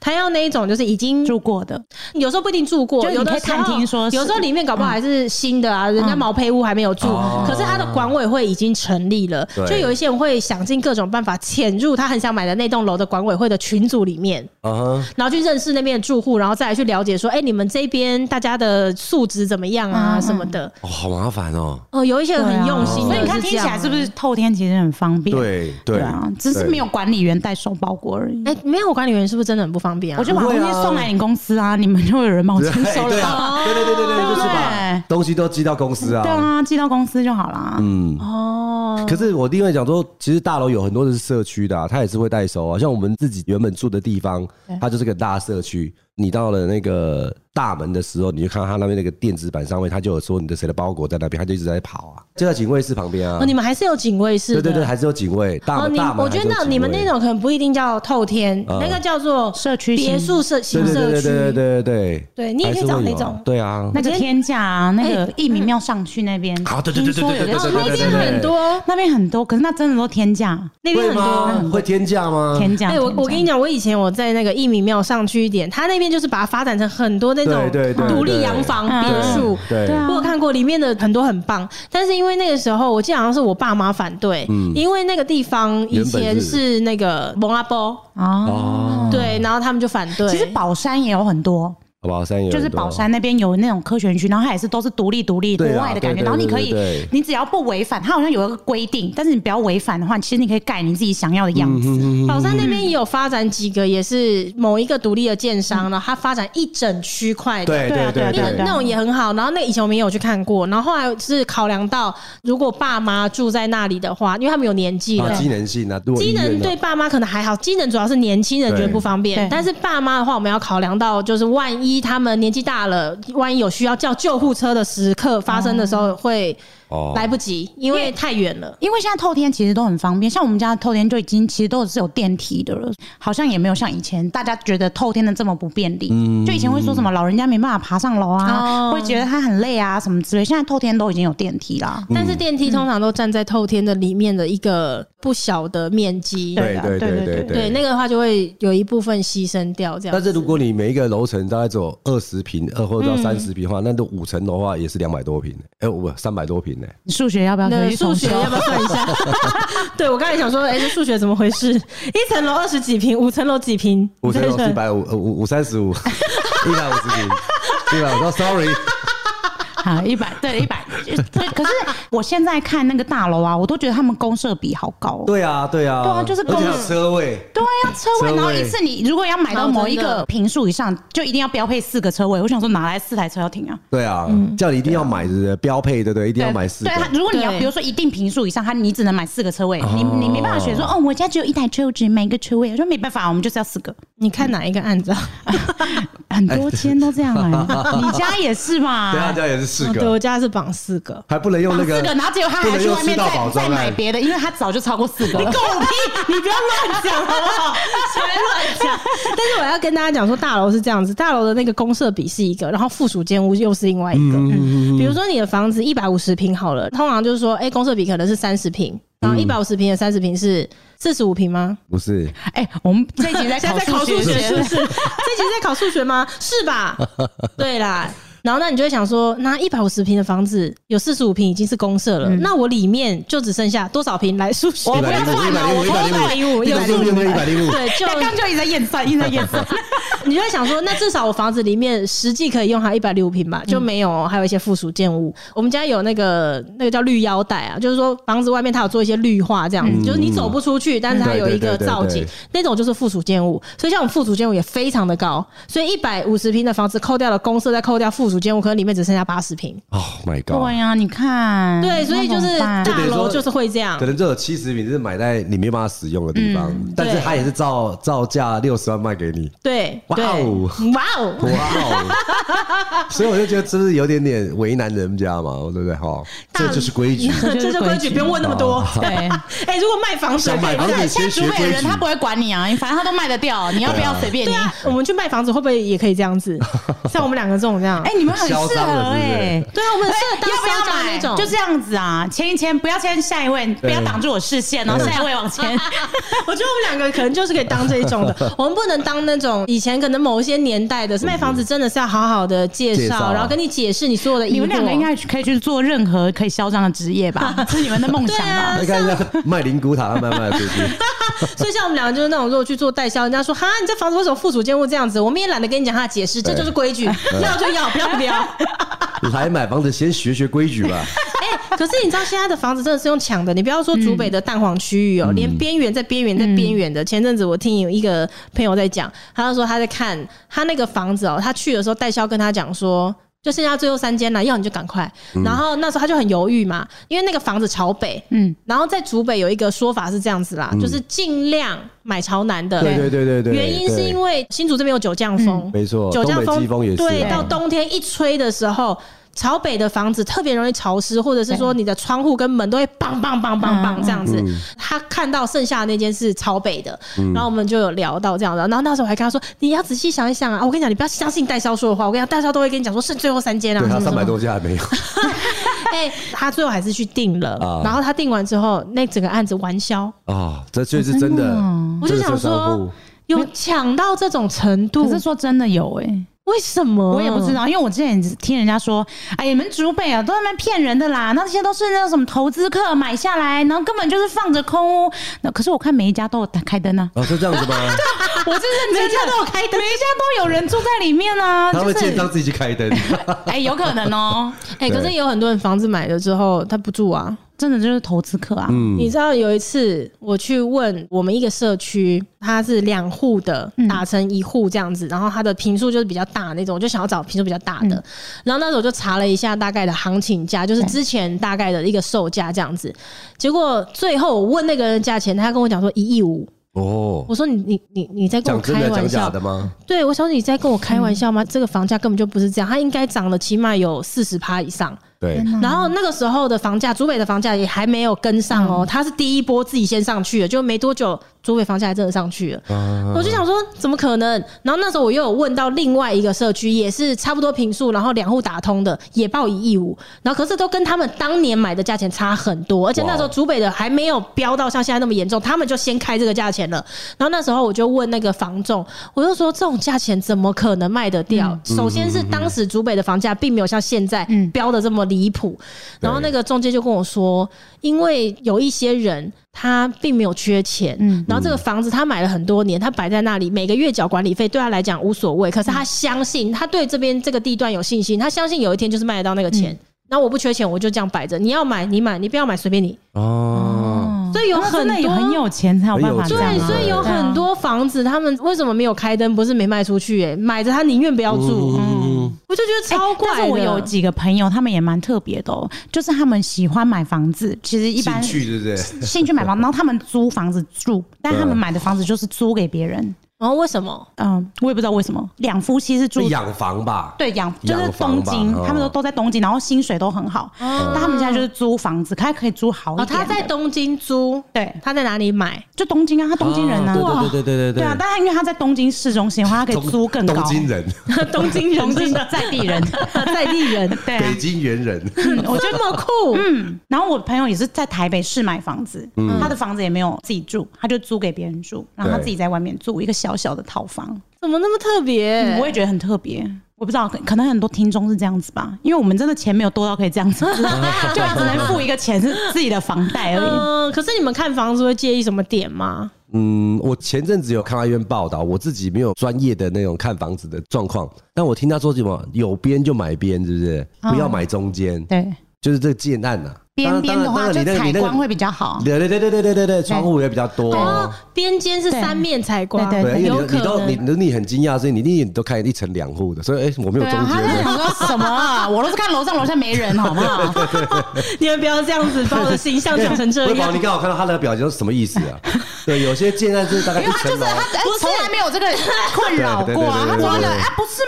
S3: 他要那一种，就是已经
S1: 住过的，
S3: 有时候不一定住过，
S1: 就是你
S3: 有
S1: 可
S3: 的
S1: 以
S3: 时
S1: 探
S3: 候
S1: 听说是
S3: 有时候里面搞不好还是新的啊，人家毛坯屋还没有住，
S2: 哦
S3: 可是他的管委会已经成立了，
S2: 对
S3: 就有一些人会想尽各种办法潜入他很想买的那栋楼的管委会的群组里面，
S2: 啊哈，
S3: 然后去认识那边的住户，然后再来去了解说，哎、你们这边大家的素质怎么样啊，
S1: 嗯
S3: 什么的。
S2: 哦，好麻烦哦。
S3: 哦，有一些人很用心
S1: 啊
S3: 的，
S1: 所以你看听起来是不是透天其实很方便？
S2: 对对
S1: 啊，只是没有管理员带收包裹而已。
S3: 哎、没有管理员是不是真的很不方便啊？
S1: 我就把东
S2: 不会
S1: 西
S2: 啊
S1: 送来你公司啊，你们就有人帮我
S2: 对
S1: 签收
S2: 对
S1: 了吧。
S2: 啊，对对对对对，就是把
S1: 对
S2: 东西都寄到公司
S1: 对
S2: 啊。
S1: 啊，寄到公司就好啦。
S2: 嗯，
S3: 哦，
S2: 可是我另外讲说，其实大楼有很多的是社区的啊，它也是会代收啊。像我们自己原本住的地方，它就是个大社区，你到了那个大门的时候，你就看到他那边那个电子版上面，他就有说你的谁的包裹在那边，他就一直在跑啊，就在警卫室旁边啊
S3: 哦，。你们还是有警卫室
S2: 对
S3: 的。
S2: 对对，还是有警卫。大
S3: 哦，
S2: 门
S3: 你
S2: 大门
S3: 我
S2: 还是
S3: 觉
S2: 有
S3: 得你们
S2: 警卫
S3: 那种可能不一定叫透天，
S2: 嗯
S3: 那个叫做
S1: 社区型
S3: 别墅社
S2: 对
S3: 型
S2: 对
S3: 社
S2: 对对
S3: 区。
S2: 对对对对，
S3: 对你也可
S2: 还
S3: 以
S2: 是
S3: 找
S2: 会
S3: 那
S2: 有啊
S3: 种
S2: 对啊，
S1: 那个天价、啊，那个
S3: 哎
S1: 益民庙上去那边，
S2: 啊对对对对对对对
S1: 听说有
S2: 对对
S3: 那
S1: 个
S2: 对
S3: 边
S2: 对
S3: 很多，
S1: 那边很多，可是那真的都天价，
S3: 那边很多。
S2: 会天价吗？
S1: 天价。
S3: 哎、我我跟你
S1: 讲，
S3: 讲，我以前我在那个益民庙上去一点，它那边就是把它发展成很多那种
S2: 对对对
S3: 独立洋房
S1: 对
S3: 别墅。
S2: 对
S1: 对啊
S3: 我有看过里面的很多很棒，但是因为那个时候我记得好像是我爸妈反对，因为那个地方以
S2: 原
S3: 前
S2: 本是
S3: 是那个蒙阿波，
S1: 哦，
S2: 哦，
S3: 对，然后他们就反对。
S1: 其实宝山也有很多，
S2: 宝山也有
S1: 就
S2: 很
S1: 是
S2: 多啊
S1: 宝山那边有那种科学园区，然后它也是都是独立独立国
S2: 对啊
S1: 外的感觉，
S2: 对对
S1: 然后你可以
S2: 对对对，
S1: 你只要不违反，它好像有一个规定，但是你不要违反的话，其实你可以盖你自己想要的样
S2: 嗯
S1: 子。
S3: 宝山那边也有发展几个，也是某一个独立的建商，然后他发展一整区块的。
S2: 对
S1: 对啊
S2: 对对
S1: 对啊
S3: 那
S1: 对啊
S3: 那种也很好，然后那以前我们也有去看过，然后后来是考量到，如果爸妈住在那里的话，因为他们有年纪
S2: 啊，
S3: 了，
S2: 机能性啊，如果
S3: 机
S2: 医
S3: 能
S2: 院啊
S3: 对爸妈可能还好，机能主要是年轻人觉得不方便
S1: 对，
S3: 但是爸妈的话，我们要考量到，就是万一他们年纪大了，万一有需要叫救护车的时刻发生的时候，会
S2: 哦
S3: 来不及，因为太远了。
S1: 因为现在透天其实都很方便，像我们家的透天就已经其实都是有电梯的了，好像也没有像以前大家觉得透天的这么不便利。
S2: 嗯
S1: 就以前会说什么老人家没办法爬上楼啊，
S3: 哦
S1: 会觉得他很累啊什么之类。现在透天都已经有电梯啦。
S2: 嗯
S3: 但是电梯通常都站在透天的里面的一个不小的面积，
S2: 对
S1: 对
S2: 对对
S1: 对
S2: 对
S1: 对
S3: 对，那个的话就会有一部分牺牲掉这样。
S2: 但是如果你每一个楼层大概只有二十平，二或者到三十平的话，那都五层的话也是两百多
S1: 嗯
S2: 平，哎，不三百多 平呢。
S1: 你数学要不要
S3: 那
S1: 回去
S3: 数
S1: 重
S3: 学
S1: 修？
S3: 要不要算一下？ 对我刚才想说，哎、这数学怎么回事？一层楼二十几平，五层楼几平？
S2: 五层
S3: 对
S2: 楼
S3: 对
S2: 四百五，呃五五三十 五，一百五十平，一百五。那 sorry，
S1: 好，一百对一百。对， 可是我现在看那个大楼啊，我都觉得他们公设比好高、哦。
S2: 对啊，对啊，
S1: 对啊就是
S2: 而且还有
S1: 公
S2: 车位，
S1: 对啊，车位，
S2: 车位
S1: 然后一次你如果要买到某一个平数以上，就一定要标配四个车位。我想说，哪来四台车要停啊？
S2: 对啊，叫你一定要买，对不对？标配，对不对？一定要买四个
S1: 对，。啊它如果你要
S3: 对
S1: 比如说一定平数以上，它你只能买四个车位，你你没办法选说，哦，我家只有一台车，我只能买一个车位。我说没办法，我们就是要四个，
S3: 你看哪一个案子啊？
S1: 很多间都这样哎，你家也是吧？
S2: 对啊，这样也是四
S3: 哦对，
S2: 个，
S3: 我家是绑四个。
S2: 还不能用
S1: 绑
S2: 那
S1: 哦四
S2: 个，
S1: 个，然后结果他还
S2: 不能
S1: 去
S2: 用
S1: 外面
S2: 四道
S1: 再
S2: 保障
S1: 再买
S2: 案
S1: 别的，因为他早就超过四个了。
S3: 狗屁！你不要乱讲好不好？随便乱讲。但是我要跟大家讲说，大楼是这样子，大楼的那个公设比是一个，然后附属间屋又是另外一个。比如说你的房子一百五十平好了，通常就是说，哎、公设比可能是三十平，然后一百五十平的三十平是四十五平吗？
S2: 不是
S1: 哎，我们这一集在
S3: 现在在
S1: 考
S3: 考数
S1: 数
S3: 学是
S1: 学
S3: 不是？这集在考数学吗？是吧？对啦。然后那你就会想说，那一百五十平的房子有四十五平已经是公社了，那我里面就只剩下多少平来数学？
S2: 一百零五，一百零五，一百零五，一百零五，一百零五，
S3: 对， 就
S1: 刚刚就一直在验算，一直在验算。
S3: 你就会想说，那至少我房子里面实际可以用它一百六平吧，就没有哦，还有一些附属建物。我们家有那个那个叫绿腰带啊，就是说房子外面它有做一些绿化，这样子，就是你走不出去，但是它有一个
S2: 对对对对
S3: 造景
S2: 对，
S3: 那种就是附属建物。所以像我们附属建物也非常的高，所以一百五十平的房子扣掉了公社，再扣掉附属建物，可能里面只剩下八十平。
S2: Oh my
S1: 对
S2: god！
S1: 呀，你看，
S3: 对，所以就
S1: 嗯
S3: 是
S1: 那怎么办
S3: 大
S2: 就等于
S3: 楼
S2: 说
S3: 就是会这样
S2: 可。能这有七十平是买在你没办法使用的地方，
S3: 嗯
S2: 但是它也是照照价六十万卖给你。
S3: 对，
S2: 哇
S3: 对
S2: 哦，
S3: 哇哦！
S2: 哇哦！ 所以我就觉得是不是有点点为难人家嘛，对不对？哈，
S3: 大
S2: 这就是规 矩。
S1: 这就是
S3: 这就规
S1: 规
S3: 矩，
S1: 矩
S3: 不用问那么 多。
S1: 对。
S3: 哎、如果卖房子，
S2: 想买
S1: 而
S2: 房
S1: 且
S2: 子
S1: 现在
S2: 先
S1: 主
S2: 学
S1: 北
S2: 规
S1: 人
S2: 矩
S1: 他。不会管你啊，你反正他都卖得掉，你要不要随便你
S3: 对。啊，我们去卖房子会不会也可以这样子？像我们两个这种这样？
S1: 哎，你们很适
S2: 嚣
S1: 合
S2: 张了是不是
S1: 哎。
S3: 对啊，我们
S1: 哎
S3: 是当
S1: 要不
S3: 销
S1: 要
S3: 售那
S1: 买？
S3: 种，
S1: 就这样子啊，签一签，不要签下一位，不要挡住我视线，然后下一位往 前。
S3: 我觉得我们两个可能就是可以当这一种的，我们不能当那种以前可能某一些年代的卖房子，真的是要好好的介
S2: 介
S3: 绍，
S2: 绍
S3: 然后跟你解释你所有的疑惑。
S1: 你们两个 应该可以去做任何可以嚣张的职业 吧，这是你们的梦想吧？
S2: 那看一下卖灵骨塔，卖卖出去。
S3: 所以像我们两个就是那种，如果去做代销，人家说哈，你这房子为什么附属建物这样子？我们也懒得跟你讲他的解释，这
S2: 对
S3: 就是规矩，要就要，不要不要。
S2: 来买房子先学学规矩 吧。
S3: 哎，可是你知道现在的房子真的是用抢的，你不要说竹北的蛋黄区域哦，连边缘在边缘在边缘的。前阵子我听有一个朋友在讲，他就说他在看他那个房子哦，他去的时候代销跟他讲说。就剩下最后三间了，要你就赶快。然后那时候他就很犹豫嘛，因为那个房子朝北，
S1: 嗯
S3: 嗯，然后在竹北有一个说法是这样子啦，就是尽量买朝南的，
S2: 对对对对对，
S3: 原因是因为新竹这边有九降风，
S2: 没错
S3: 九降
S2: 东北季风也是
S3: 对，
S2: 啊
S3: 到冬天一吹的时候。朝北的房子特别容易潮湿，或者是说你的窗户跟门都会梆梆梆梆梆
S2: 嗯
S3: 这样子。他看到剩下的那间是朝北的，
S2: 嗯
S3: 然后我们就有聊到这样的。然后那时候我还跟他说：“你要仔细想一想啊！我跟你讲，你不要相信代销说的话。我跟你讲，代销都会跟你讲说剩最后三间啊，
S2: 对
S3: 什
S2: 他
S3: 么什
S2: 三百
S3: 么。
S2: 多家还没有，
S3: 哎，他最后还是去定了。
S2: 啊
S3: 然后他定完之后，那整个案子完销。
S2: 啊，这确实真的
S1: 哦，
S3: 嗯我就
S2: 真的是
S3: 想
S2: 商户，
S3: 说，有抢到这种程度
S1: 可，是说真的有哎、
S3: 为什么？
S1: 我也不知道，因为我之前听人家说，哎，你们竹北啊，都在那边骗人的啦，那些都是那种什么投资客买下来，然后根本就是放着空屋。那可是我看每一家都有打开灯啊
S2: 哦，是这样 子吗？
S1: 我这是 每一家都有开灯，每一家都有人住在里面啊，
S2: 他
S1: 就
S2: 们建
S1: 是
S2: 商自己去开 灯，
S1: 哎，有可能哦、
S3: 哎、可是
S2: 对
S3: 也有很多人房子买了之后他不住啊。
S1: 真的就是投资客啊，
S2: 嗯
S3: 你知道有一次我去问我们一个社区，它是两户的打成一户这样子，然后它的平数就是比较大那种，我就想要找平数比较大的。然后那时候我就查了一下大概的行情价，就是之前大概的一个售价这样子。结果最后我问那个人价钱，他跟我讲说一亿五。
S2: 哦
S3: 我，说你你你你在跟我
S2: 讲真
S3: 开
S2: 的
S3: 玩
S2: 讲
S3: 笑
S2: 假？的吗？
S3: 对，我想说你在跟我开玩笑吗？这个房价根本就不是这样，它应该涨了起码有四十趴以上。
S2: 对，
S3: 然后那个时候的房价，竹北的房价也还没有跟上哦，它是第一波自己先上去的，就没多久，竹北房价也真的上去了。我就想说，怎么可能？然后那时候我又有问到另外一个社区，也是差不多平数，然后两户打通的，也报一亿五，然后可是都跟他们当年买的价钱差很多，而且那时候
S2: 哇
S3: 竹北的还没有飙到像现在那么严重，他们就先开这个价钱了。然后那时候我就问那个房仲，我就说这种价钱怎么可能卖得掉？首先是当时竹北的房价并没有像现在飙的这么离谱，然后那个中介就跟我说，因为有一些人他并没有缺钱，然后这个房子他买了很多年，他摆在那里，每个月缴管理费对他来讲无所谓，可是他相信他对这边这个地段有信心，他相信有一天就是卖得到那个钱。那我不缺钱，我就这样摆着。你要买，你买；你不要买，随便你。
S2: 哦，
S1: 哦
S3: 所以有
S1: 他们真的
S3: 很
S1: 有
S3: 多
S1: 很有钱才有办法
S2: 很有
S1: 这样、
S2: 钱
S1: 啊，
S3: 对，所以有
S1: 对啊
S3: 很多房子，他们为什么没有开灯？不是没卖出去、欸，买着他宁愿不要住。
S2: 嗯
S3: 我就觉得超怪的、
S1: 哎但是我有几个朋友，他们也蛮特别的、哦，就是他们喜欢买房子，其实一
S2: 兴
S1: 般
S2: 趣对不对？
S1: 兴趣买房，然后他们租房子住，但他们
S2: 对
S1: 买的房子就是租给别人。
S3: 然后为什么？
S1: 嗯，我也不知道为什么，两夫妻是住
S2: 是养房吧？
S1: 对养就是
S2: 养房
S1: 东
S2: 吧
S1: 京，
S2: 哦
S1: 他们都都在东京，然后薪水都很好，但他们现在就是租房子，他可以租好一
S3: 哦，
S1: 点的。
S3: 他在东京租，
S1: 对，
S3: 他在哪里买？
S1: 就东京啊，他东京人啊，
S2: 啊对对对对对
S1: 对啊， 但他因为他在东京市中心的话，他可
S2: 东
S1: 以租更高。
S2: 东京人，
S3: 东京
S1: 东
S3: 人，
S1: 京的 在地 人，
S3: 在地人，
S1: 对啊
S2: 北，京猿人，
S3: 我觉得这么酷。
S1: 嗯，然后我朋友也是在台北市买房子，他的房子也没有自己住，他就租给别人住，然后他
S2: 嗯对
S1: 自己在外面住一个小小的套房，
S3: 怎么那么特别、
S1: 嗯我也觉得很特别。我不知道，可可能很多听众是这样子吧，因为我们真的钱没有多到可以这样子， 就只能付一个钱是自己的房贷而已。
S3: 嗯、可是你们看房子会介意什么点吗？
S2: 嗯，我前阵子有看到一篇报道，我自己没有专业的那种看房子的状况，但我听他说什么有边就买边，是不是？不要买中间，
S1: 对，
S2: 就是这个建案呐、啊。
S1: 哦边边的话
S2: 当然
S1: 就
S2: 当然
S1: 采
S2: 你那个
S1: 光会比较好。
S2: 对对对对对对对对，窗户也比较多。
S3: 哦，边间是
S1: 对
S3: 三面采光，
S1: 对
S2: 对，因为
S3: 有
S2: 你你
S3: 可
S2: 都
S3: 能。
S2: 你你你很惊讶，所以你你都看一层两户的，所以哎、我没有
S1: 对
S2: 中
S1: 啊，他就
S2: 间的。
S1: 想说什么啊？我都是看楼上楼下没人，好不好？
S3: 你们不要这样子把我的形象讲 成这
S2: 魏宝，
S3: 样
S2: 你。刚好看到他的表情是什么意思 啊？对，有些建案就是大概
S1: 因
S2: 一
S1: 为他就
S2: 层
S1: 是
S2: 楼。
S1: 他，哎从来没有这个困扰过啊。
S2: 对对对对对
S1: 他
S2: 对
S1: 从来没有
S2: 对对对
S1: 啊，不是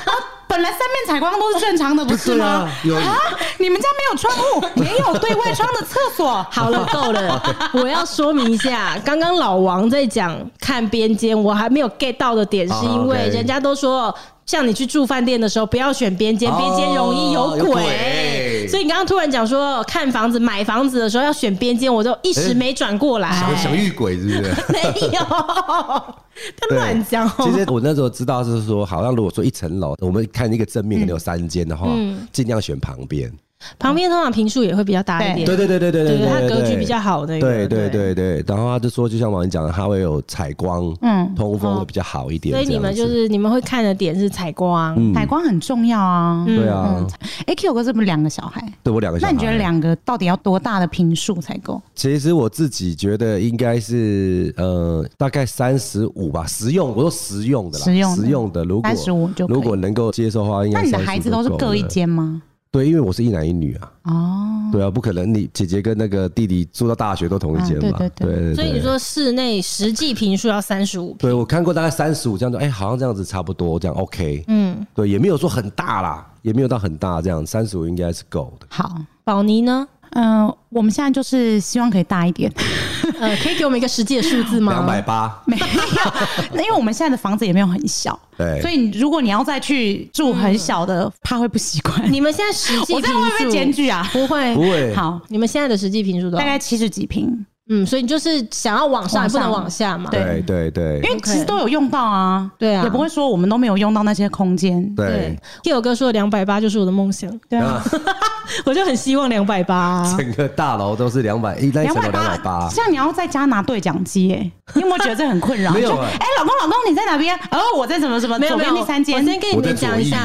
S1: 吗？啊，本来三面采光都是正常的，不是吗？
S2: 对啊
S1: 啊，你们家没有窗户，没有对外窗的厕所，
S3: 好了，够了，我要说明一下，刚刚老王在讲看边间，我还没有 get 到的点，是因
S2: 啊
S3: 为
S2: ，OK
S3: 人家都说。像你去住饭店的时候，不要选边间，
S2: 哦
S3: 边间容易有
S2: 有
S3: 鬼
S2: 鬼。
S3: 所以你刚刚突然讲说看房子、买房子的时候要选边间，我就一时
S2: 哎
S3: 没转过来。
S2: 想想遇鬼是不 是？
S3: 没有，他
S2: 对
S3: 乱讲哦。
S2: 其实我那时候知道
S3: 嗯
S2: 是说，好像如果说一层楼，我们看一个正面可能有三间的话，尽量选旁边。
S3: 旁边通常平数也会比较大一点，
S2: 对对对对对
S3: 对
S2: 对，
S3: 它
S2: 对
S3: 格局比较。好的一
S2: 对
S3: 个，
S2: 对对对，然后他就说，就像网你讲的，它会有采光、
S1: 嗯，
S2: 通风
S3: 哦
S2: 的比较好一点。
S3: 所以你们
S2: 这
S3: 就
S2: 样子
S3: 是你们会看的点是采光，
S2: 嗯
S1: 采光很重要啊。
S3: 嗯
S2: 对啊，
S1: 哎，Q 哥是不是两个小孩？
S2: 对我两个小
S1: 那
S2: 孩。
S1: 你觉得两个到底要多大的平数才够？
S2: 其实我自己觉得应该是呃，大概三十五吧，实用，我说实用的啦，
S1: 实用的
S2: 的。如果
S1: 35就可以
S2: 如果能够接受的话，应该
S1: 那你的
S2: 35
S1: 孩子都是
S2: 就够
S1: 各一
S2: 了？
S1: 间吗？
S2: 对，因为我是一男一女啊，
S1: 哦，
S2: 对啊，不可能你姐姐跟那个弟弟住到大学都同一间嘛，
S1: 啊对对对
S2: 对
S3: 所以你。说室内实际平数要三十五
S2: 对，我看过大概三十五这样子，哎、好像这样子差不多，这样 OK。嗯，对，也没有说很大啦，也没有到很大这样，三十五应该是够的。
S1: 好，
S3: 宝妮呢？
S1: 嗯、我们现在就是希望可以大一 点，
S3: 呃，可以给我们一个实际的数字吗？
S2: 两百八，
S1: 没有，因为我们现在的房子也没有很小，
S2: 对
S1: 所以你如果你要再去住很小的，怕会不习惯。
S3: 你们现在实际
S1: 我
S3: 平
S1: 在会不
S3: 数
S1: 会检举啊？
S3: 不会
S2: 不，会。
S1: 好，
S3: 你们现在的实际平数多
S1: 大
S3: 少？
S1: 概七十几平，
S3: 嗯，所以你就是想要往上，
S1: 往上
S3: 也不能往下嘛。
S2: 对对对
S1: 因为其实都有用到啊，
S3: 对啊
S1: 也不会说我们都没有用到那些空间。
S2: 对，
S3: 第友哥说两百八就是我的梦想，
S1: 对啊，
S2: 啊，
S3: 我就很希望两 百八。
S2: 整个大楼都是两百，一那一层楼两百
S1: 八，
S2: 八，
S1: 像你要在家拿对讲机，哎，你有没有觉得这很困扰？
S2: 没有
S1: 就
S2: 啊
S1: 哎，老公，老公，你在哪边？哦，我在什么什么
S3: 没有
S1: 左
S3: 没
S1: 边
S3: 有，
S1: 第三
S3: 我
S1: 间。
S3: 先跟你们讲一下，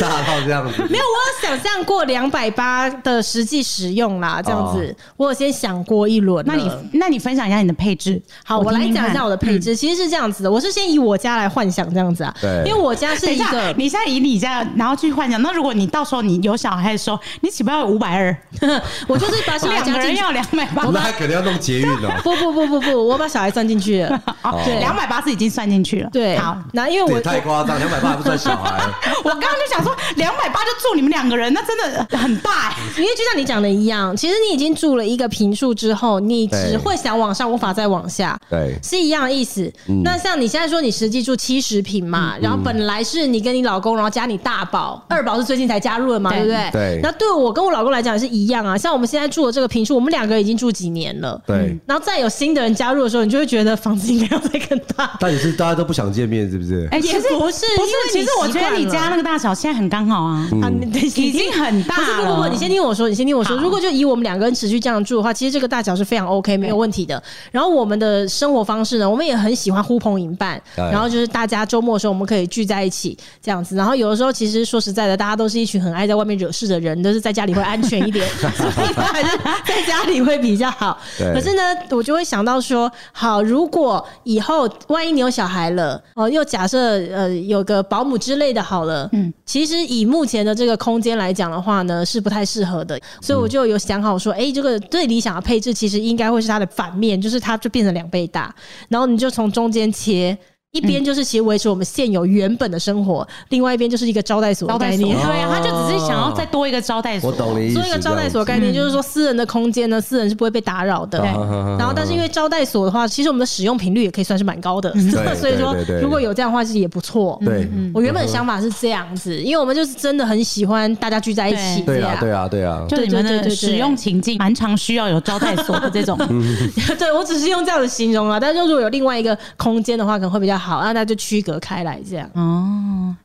S2: 大到这样子。
S3: 没有，我有想象过两百八的实际使用啦，这样子，
S2: 哦
S3: 我有先想过一轮了。
S1: 那你那你分享一下你的配置。
S3: 好，我
S1: 听
S3: 来
S1: 听
S3: 讲一
S1: 看
S3: 下我的配置，其实是这样子的，我是先以我家来幻想这样子啊，
S2: 嗯对
S3: 因为我家
S1: 等
S3: 是
S1: 一
S3: 一
S1: 下
S3: 个，
S1: 你现在以你家，然后去幻想，那如果你到时候你有小孩的时候，你岂不要五百二？
S3: 我就是把小孩
S1: 两
S3: 加
S1: 个
S3: 进
S1: 人
S3: 去，
S1: 要两百八，
S2: 那可能要弄捷运哦。
S3: 不不不不不，我把小孩算进 去了，
S1: 哦
S2: 对
S1: 两百八是已经算进去了。
S3: 对，
S1: 好，，
S3: 那因为
S2: 这
S3: 我
S2: 也太夸张，两百八还不算小孩。
S1: 我刚刚就想说两百八就住你们两个人，那真的很大哎。
S3: 因为就像你讲的一样，其实你已经住了一个平数之后，你只
S2: 对
S3: 会想往上，无法再往下。
S2: 对嗯
S3: 是一样的意思。那像你现在说你实际住七十平嘛，然后本来是你跟你老公，然后加你大宝、二宝是最近才加入的嘛，
S1: 嗯对
S3: 对不对？
S2: 对
S3: 那对我跟我老公来讲也是一样啊。像我们现在住的这个平数，我们两个已经住几年了。
S2: 对，
S3: 然后再有新的人加入的时候，你就会觉得房子应该要再更大。
S2: 但你是大家都不想见面，是不是？
S1: 哎，其实
S3: 不是
S1: 不
S3: 因为
S1: 是，其
S3: 你
S1: 实我
S3: 习
S1: 觉
S3: 惯
S1: 得你
S3: 了
S1: 家那个大小现在很刚好啊。
S2: 嗯
S3: 啊，你 等一下
S1: 已经很大
S3: 不是不不不，
S1: 了
S3: 你先听我说，你先听我说。
S1: 好
S3: 如果就以我们两个人持续这样住的话，其实这个大小是非常 OK 没有问题的。然后我们的生活方式呢，我们也很喜欢呼朋引伴，
S2: 对
S3: 然后就是大家周末的时候我们可以聚在一起这样子。然后有的时候其实说实在的，大家都是一群很爱在外面惹事的人，都是在家里会安全一点，所以还是在家里会比较好。
S2: 对
S3: 可是呢，我就会想到说，好，如果以后万一你有小孩了，哦、又假设呃有个保姆之类的好了，嗯，其实以目前的这个空间来讲的话呢，是不太适合的，所以我就有想好说，哎、这个最理想的配置其实应该会是它的反面，就是它就变成两倍大，然后你就从中间切。一边
S1: 嗯
S3: 就是其实维持我们现有原本的生活，另外一边就是一个招待所的
S1: 招
S3: 概
S1: 待所，
S3: 念。
S1: 对啊，他就只是想要再多一个招待所。
S2: 哦我懂你意思。
S3: 所以一个招待所概念就是说，私人的空间呢，私人是不会被打扰的。
S1: 对
S2: 嗯
S3: 然后，但是因为招待所的话，其实我们的使用频率也可以算是蛮高的，所以说
S2: 嗯对对对
S3: 如果有这样的话，其实也不错。
S2: 这样子
S3: 我原本想法是这样子，因为我们就是真的很喜欢大家聚在一起
S2: 对对
S3: 这
S2: 啊
S3: 样。
S2: 对啊对啊，
S1: 就你们
S3: 对对对
S1: 的
S3: 对对
S1: 使用情境蛮常需要有招待所的这 种，
S2: 嗯啊
S3: 对我只是用这样的形容啊，但是如果有另外一个空间的话，可能会比较好，啊那大家就区隔开来这样。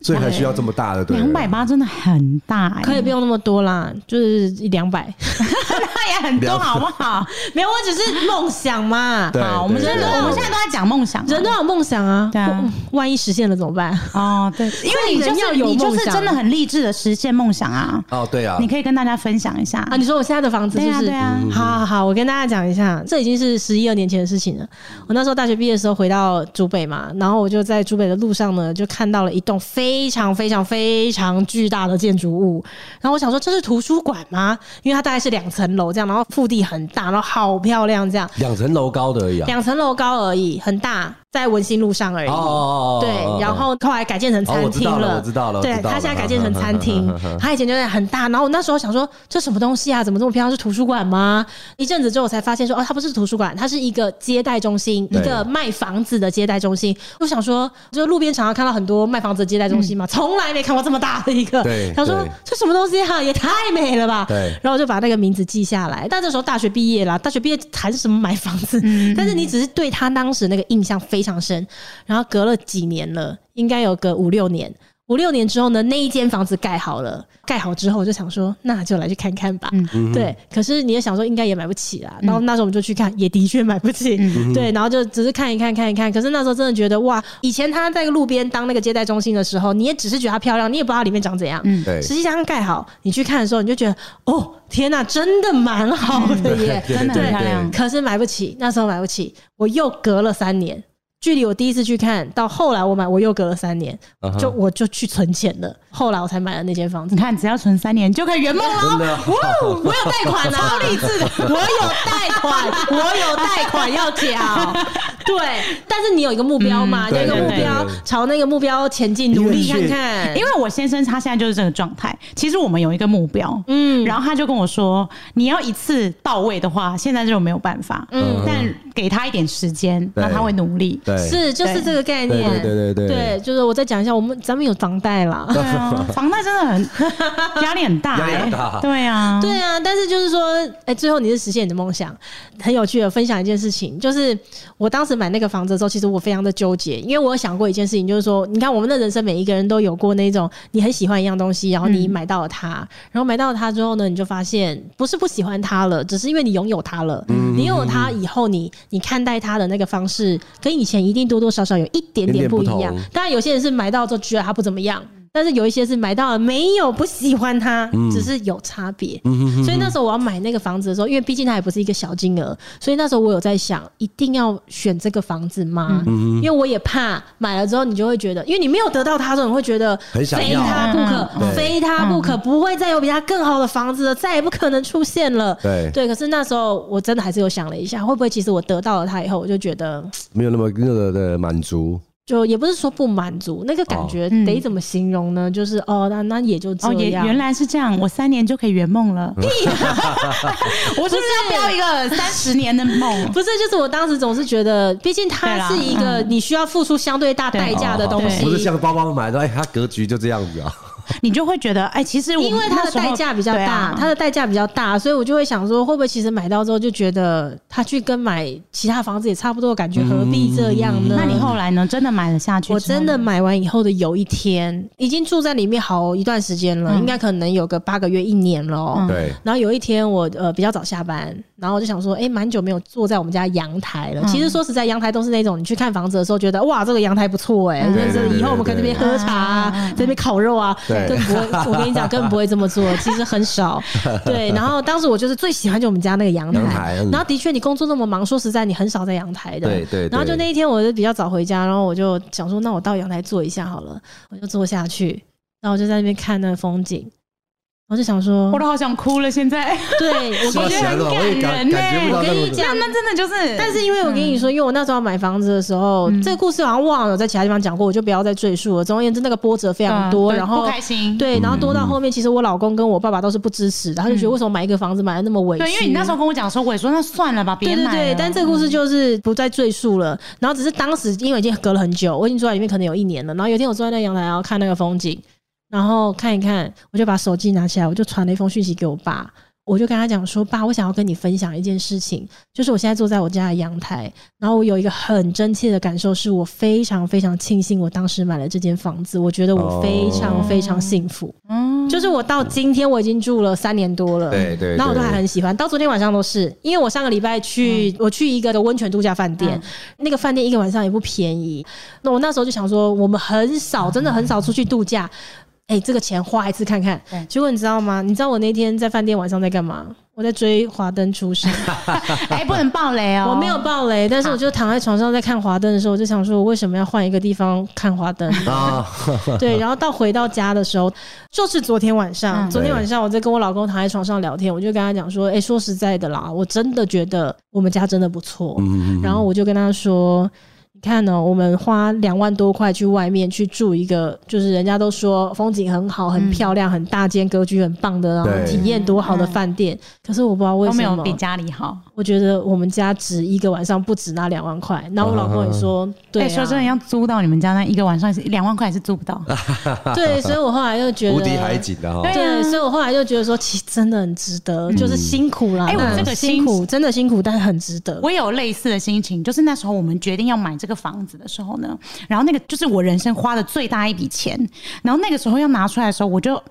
S2: 所以还需要这么大的对
S1: 哦
S2: 啊不对
S1: 两百八真的很大、欸，
S3: 可以不用那么多啦，就是一两百，
S1: 那也很多，好不好？
S3: 没有，我只是梦想嘛。
S2: 对
S1: 好，我们
S2: 对
S1: 现在
S2: 对
S1: 我们现在都在讲梦想啊，
S3: 人都有梦想啊，
S1: 对啊
S3: 我万一实现了怎么办？
S1: 哦，对，因为你就
S3: 人要
S1: 是
S3: 有
S1: 你就
S3: 梦
S1: 是
S3: 想啊
S1: 真的很励志的实现梦想啊！
S2: 哦对啊
S1: 你，可以跟大家分享一下
S3: 啊，你说我现在的房子是不是？
S1: 对啊对
S3: 好好好，我跟大家讲一下，这已经是十一二年前的事情了。我那时候大学毕业的时候回到竹北嘛，然后我就在竹北的路上呢，就看到了一栋非常非常非常巨大的建筑物，然后我想说这是图书馆吗？因为它大概是两层楼这样，然后腹地很大，然后好漂亮这样，
S2: 两层楼高的而已啊。
S3: 两层楼高而已，很大，在文心路上而已。
S2: 哦哦哦，
S3: 对，嗯然后后来改建成餐厅
S2: 哦我知道了我知道了
S3: 对
S2: 我知道
S3: 他
S2: 了嗯
S3: 现在改建成餐厅，他以前就在很大。然后我那时候想说，这什么东西啊？怎么这么漂亮？是图书馆吗？一阵子之后我才发现说，哦，它不是图书馆，它是一个接待中心，一
S2: 对
S3: 个卖房子的接待中心。我想说，就路边常常看到很多卖房子的接待中心嘛，从来没看过这么大的一个。
S2: 嗯对
S3: 他说
S2: 对
S3: 这什么东西啊？也太美了吧！
S2: 对
S3: 然后我就把那个名字记下来。但那时候大学毕业啦，大学毕业谈什么买房子？但是你只是对他当时那个印象非常深。然后隔了几年了，应该有个五六年，五六年之后呢，那一间房子盖好了，盖好之后我就想说，那就来去看看吧。对，可是你也想说应该也买不起啦，然后那时候我们就去看，也的确买不起。对，然后就只是看一看看一看，可是那时候真的觉得哇，以前他在路边当那个接待中心的时候，你也只是觉得它漂亮，你也不知道它里面长怎样。
S1: 嗯
S2: 对
S3: 实际上盖好，你去看的时候，你就觉得哦，天呐，真的蛮好
S2: 嗯
S3: 的耶。
S1: 真的很漂亮
S3: 可是买不起，那时候买不起，我又隔了三年，距离我第一次去看到后来我买，我又隔了三年
S2: 嗯哼，
S3: 就我就去存钱了，后来我才买了那间房 子
S1: 你。看，只要存三年就可以圆梦
S2: 真
S1: 了。
S2: 的
S3: 哇哦，我有贷款啊，超励志的，我有贷款，我有贷款 要缴。对，但是你有一个目标嘛，
S2: 嗯
S3: 有一个
S2: 对
S3: 目
S2: 对
S3: 标
S2: 对，
S3: 朝那个目标前进，
S2: 因为
S3: 努力
S2: 是
S3: 看看。
S1: 因为我先生他现在就是这个状态。其实我们有一个目标，
S3: 嗯，
S1: 然后他就跟我说，你要一次到位的话，现在就没有办法。
S2: 嗯
S1: 但给他一点时间，
S2: 对
S1: 那他会努力。
S2: 对，
S3: 是就是这个概念。
S2: 哎对对对对对
S3: 就是我再讲一下，我们咱们有房贷啦。
S1: 对啊，房贷真的很 压力很大、
S2: 压力
S1: 欸，
S2: 很大
S1: 对啊，
S3: 对啊，但是就是说，哎、最后你是实现你的梦想，很有趣的分享一件事情，就是我当时买那个房子的时候，其实我非常的纠结，因为我有想过一件事情，就是说，你看我们的人生每一个人都有过那种你很喜欢一样东西，然后你买到了它，然后买到了它之后呢，你就发现不是不喜欢它了，只是因为你拥有它了，
S2: 嗯
S3: 你拥有它以后你，你看待它的那个方式跟以前一定多多少少有一点点不一
S2: 有点
S3: 样
S2: 不同。
S3: 当然，有些人是买到之后觉得它不怎么样，但是有一些是买到了没有不喜欢它，
S2: 嗯
S3: 只是有差别。所以那时候我要买那个房子的时候，因为毕竟它也不是一个小金额，所以那时候我有在想，一定要选这个房子
S2: 嗯
S3: 吗？因为我也怕买了之后你就会觉得，因为你没有得到它之后，你会觉得
S2: 很想
S3: 非
S2: 要
S3: 它不
S2: 嗯对
S3: 可，非它不可，不会再有比它更好的房子了，再也不可能出现了。
S2: 对
S3: 对，可是那时候我真的还是有想了一下，会不会其实我得到了它以后，我就觉得
S2: 没有那么那个的满足，
S3: 就也不是说不满足，那个感觉
S1: 嗯
S3: 得怎么形容呢？就是哦，那那也就这
S1: 哦，也
S3: 样。嗯
S1: 原来是这样，我三年就可以圆梦了。 我是不是要标一个三十年的梦？
S3: 不是，就是我当时总是觉得，毕竟它
S1: 对啦嗯哦
S3: 是一个你需要付出相对大代价的东西，
S2: 不是像包包买的，哎，它格局就这样子啊。
S1: 你就会觉得，哎、其实我
S3: 因为它的
S1: 那时候
S3: 代价比较
S1: 对
S3: 大
S1: 啊，
S3: 它的代价比较大，所以我就会想说，会不会其实买到之后就觉得它去跟买其他房子也差不多，感觉何必这样呢？
S1: 嗯那你后来呢？真的买了下去之后
S3: 我
S1: 呢？
S3: 真的买完以后的有一天，已经住在里面好一段时间了，
S1: 嗯
S3: 应该可能有个八个月、一年了哦、
S1: 嗯
S2: 对，
S3: 然后有一天我呃比较早下班，然后我就想说，哎、蛮久没有坐在我们家阳台了。
S1: 嗯
S3: 其实说实在，阳台都是那种你去看房子的时候觉得，哇，这个阳台不错哎、
S1: 嗯
S3: 就是
S2: 对对对嗯
S3: 以后我们可以这边喝茶、啊
S1: 对对对，
S3: 这边烤肉啊，
S2: 对
S3: 更不会。我跟你讲，更不会这么做，其实 很少。对，然后当时我就是最喜欢就我们家那个阳台，
S2: 阳台嗯
S3: 然后的确你工作那么忙，说实在你很少在阳台的，
S2: 对对对
S3: 然后就那一天我就比较早回家，然后我就想说，那我到阳台坐一下好了，我就坐下去，然后我就在那边看那个风景。我就想说，
S1: 我都好想哭了。现 在
S3: 对，我
S1: 觉得
S3: 跟你
S1: 很
S2: 想我
S1: 感
S2: 也感
S1: 人呢
S2: 感觉不到
S3: 我跟
S2: 那
S3: 你
S2: 种
S3: 讲
S1: 那那真的就是，
S3: 但是因为我跟你说，因为我那时候要买房子的时候，
S1: 嗯
S3: 这个故事好像忘了有在其他地方讲过，我就不要再赘述了。总而言之，那个波折非常
S1: 嗯
S3: 多，
S1: 对
S3: 然后
S1: 不开心。
S3: 对，然后多到后面，其实我老公跟我爸爸都是不支持的，他就
S1: 嗯
S3: 觉得为什么买一个房子买的那么委屈？
S1: 对，因为你那时候跟我讲的时候，我也说那算了吧，别
S3: 对对
S1: 买
S3: 对
S1: 了，嗯
S3: 但这个故事就是不再赘述了。然后只是当时因为已经隔了很久，我已经坐在里面可能有一年了。然后有一天我坐在那阳台，然后看那个风景，然后看一看，我就把手机拿起来，我就传了一封讯息给我爸。我就跟他讲说，爸，我想要跟你分享一件事情，就是我现在坐在我家的阳台，然后我有一个很真切的感受，是我非常非常庆幸我当时买了这间房子，我觉得我非
S1: 哦
S3: 常非常幸福。
S1: 嗯，
S3: 就是我到今天我已经住了三年多了，
S2: 对对
S3: 然后我都还
S2: 对
S3: 很喜欢，到昨天晚上都是，因为我上个礼拜
S1: 嗯
S3: 去、我去一个的温泉度假饭店，那个饭店一个晚上也不便宜，那我那时候就想说，我们很少，
S1: 嗯
S3: 真的很少出去度假，哎、这个钱花一次看看
S1: 对。
S3: 结果你知道吗？你知道我那天在饭店晚上在干嘛？我在追《华灯初上》。
S1: 哎，不能爆雷 哦，
S3: 我没有爆雷，但是我就躺在床上在看华灯的时候，我就想说，我为什么要换一个地方看华灯？
S2: 啊，
S3: 对，然后到回到家的时候，就是昨天晚上，
S1: 嗯
S3: 昨天晚上我在跟我老公躺在床上聊天，我就跟他讲说，哎、说实在的啦，我真的觉得我们家真的不错。
S2: 嗯
S3: 然后我就跟他说。你看呢、我们花两万多块去外面去住一个，就是人家都说风景很好、
S1: 嗯
S3: 很漂亮、很大间、格局很棒的，然后
S2: 对
S3: 体验多好的饭店。可是我不知道为
S1: 嗯都没
S3: 什
S1: 有
S3: 么，
S1: 比家里好，
S3: 我我觉得我们家值一个晚上不止那两万块。然后我老公也说，对、啊
S1: 哎说真的，要租到你们家那一个晚上是两万块还是租不到，
S3: 对，所以我后来又觉得
S2: 无敌海景的哈。
S1: 对啊
S3: 对，所以我后来就觉得说，其实真的很值
S2: 嗯
S3: 得，就是辛苦啦。
S1: 哎我
S3: 那
S1: 这个
S3: 辛苦真的辛苦，但很值得。
S1: 我也有类似的心情，就是那时候我们决定要买这个房子的时候呢，然后那个就是我人生花的最大一笔钱，然后那个时候要拿出来的时候，我就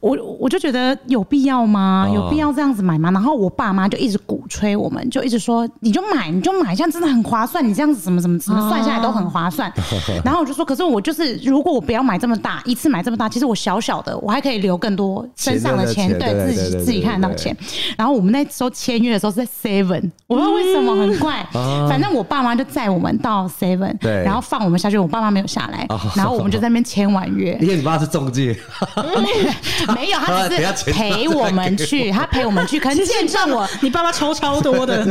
S1: 我我就觉得有必要吗？
S2: 哦
S1: 有必要这样子买吗？然后我爸妈就一直鼓吹我们，就一直说你就买你就买，这样真的很划算，你这样子怎么怎么怎么算下来都很划 算。然后我就说，可是我就是如果我不要买这么大，一次买这么大，其实我小小的我还可以留更多身上的钱，
S2: 钱的
S1: 对自
S2: 钱对对
S1: 己
S2: 对
S1: 自己
S2: 对
S1: 看得到
S2: 对
S1: 钱。 然后我们那时候签约的时候是在 Seven，我不知道为什么很怪，反正我爸妈就载我们到 Seven，
S2: 嗯啊对
S1: 然后放我们下去，我爸妈没有下来，然后我们就在那边签完约，
S2: 因 为你爸是中介，
S1: 没有，他
S2: 等一下
S1: 只是
S2: 钱再
S1: 陪我们去，他陪我们 去，可能见证我
S3: 你爸爸抽超多 的，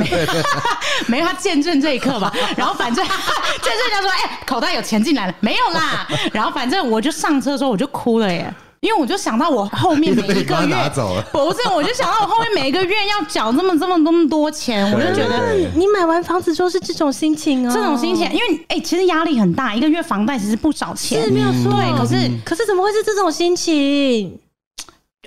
S1: 没有，他见证这一刻 吧。然后反正 见证人家说，哎、口袋有钱进来了，没有啦。然后反正我就上车的时候我就哭了耶。因为我就想到我后面每一
S2: 你被
S1: 个月
S2: 你妈拿走了，
S1: 不是，我就想到我后面每一个月要缴这么这么这么多钱， 我就觉得
S2: 对
S3: 你买完房子就是这种心情哦，
S1: 这种心
S2: 嗯
S1: 情，因为哎、其实压力很大，一个月房贷其实不少钱
S3: 是。没有错。
S1: 对，可是
S3: 可是怎么会是这种心情？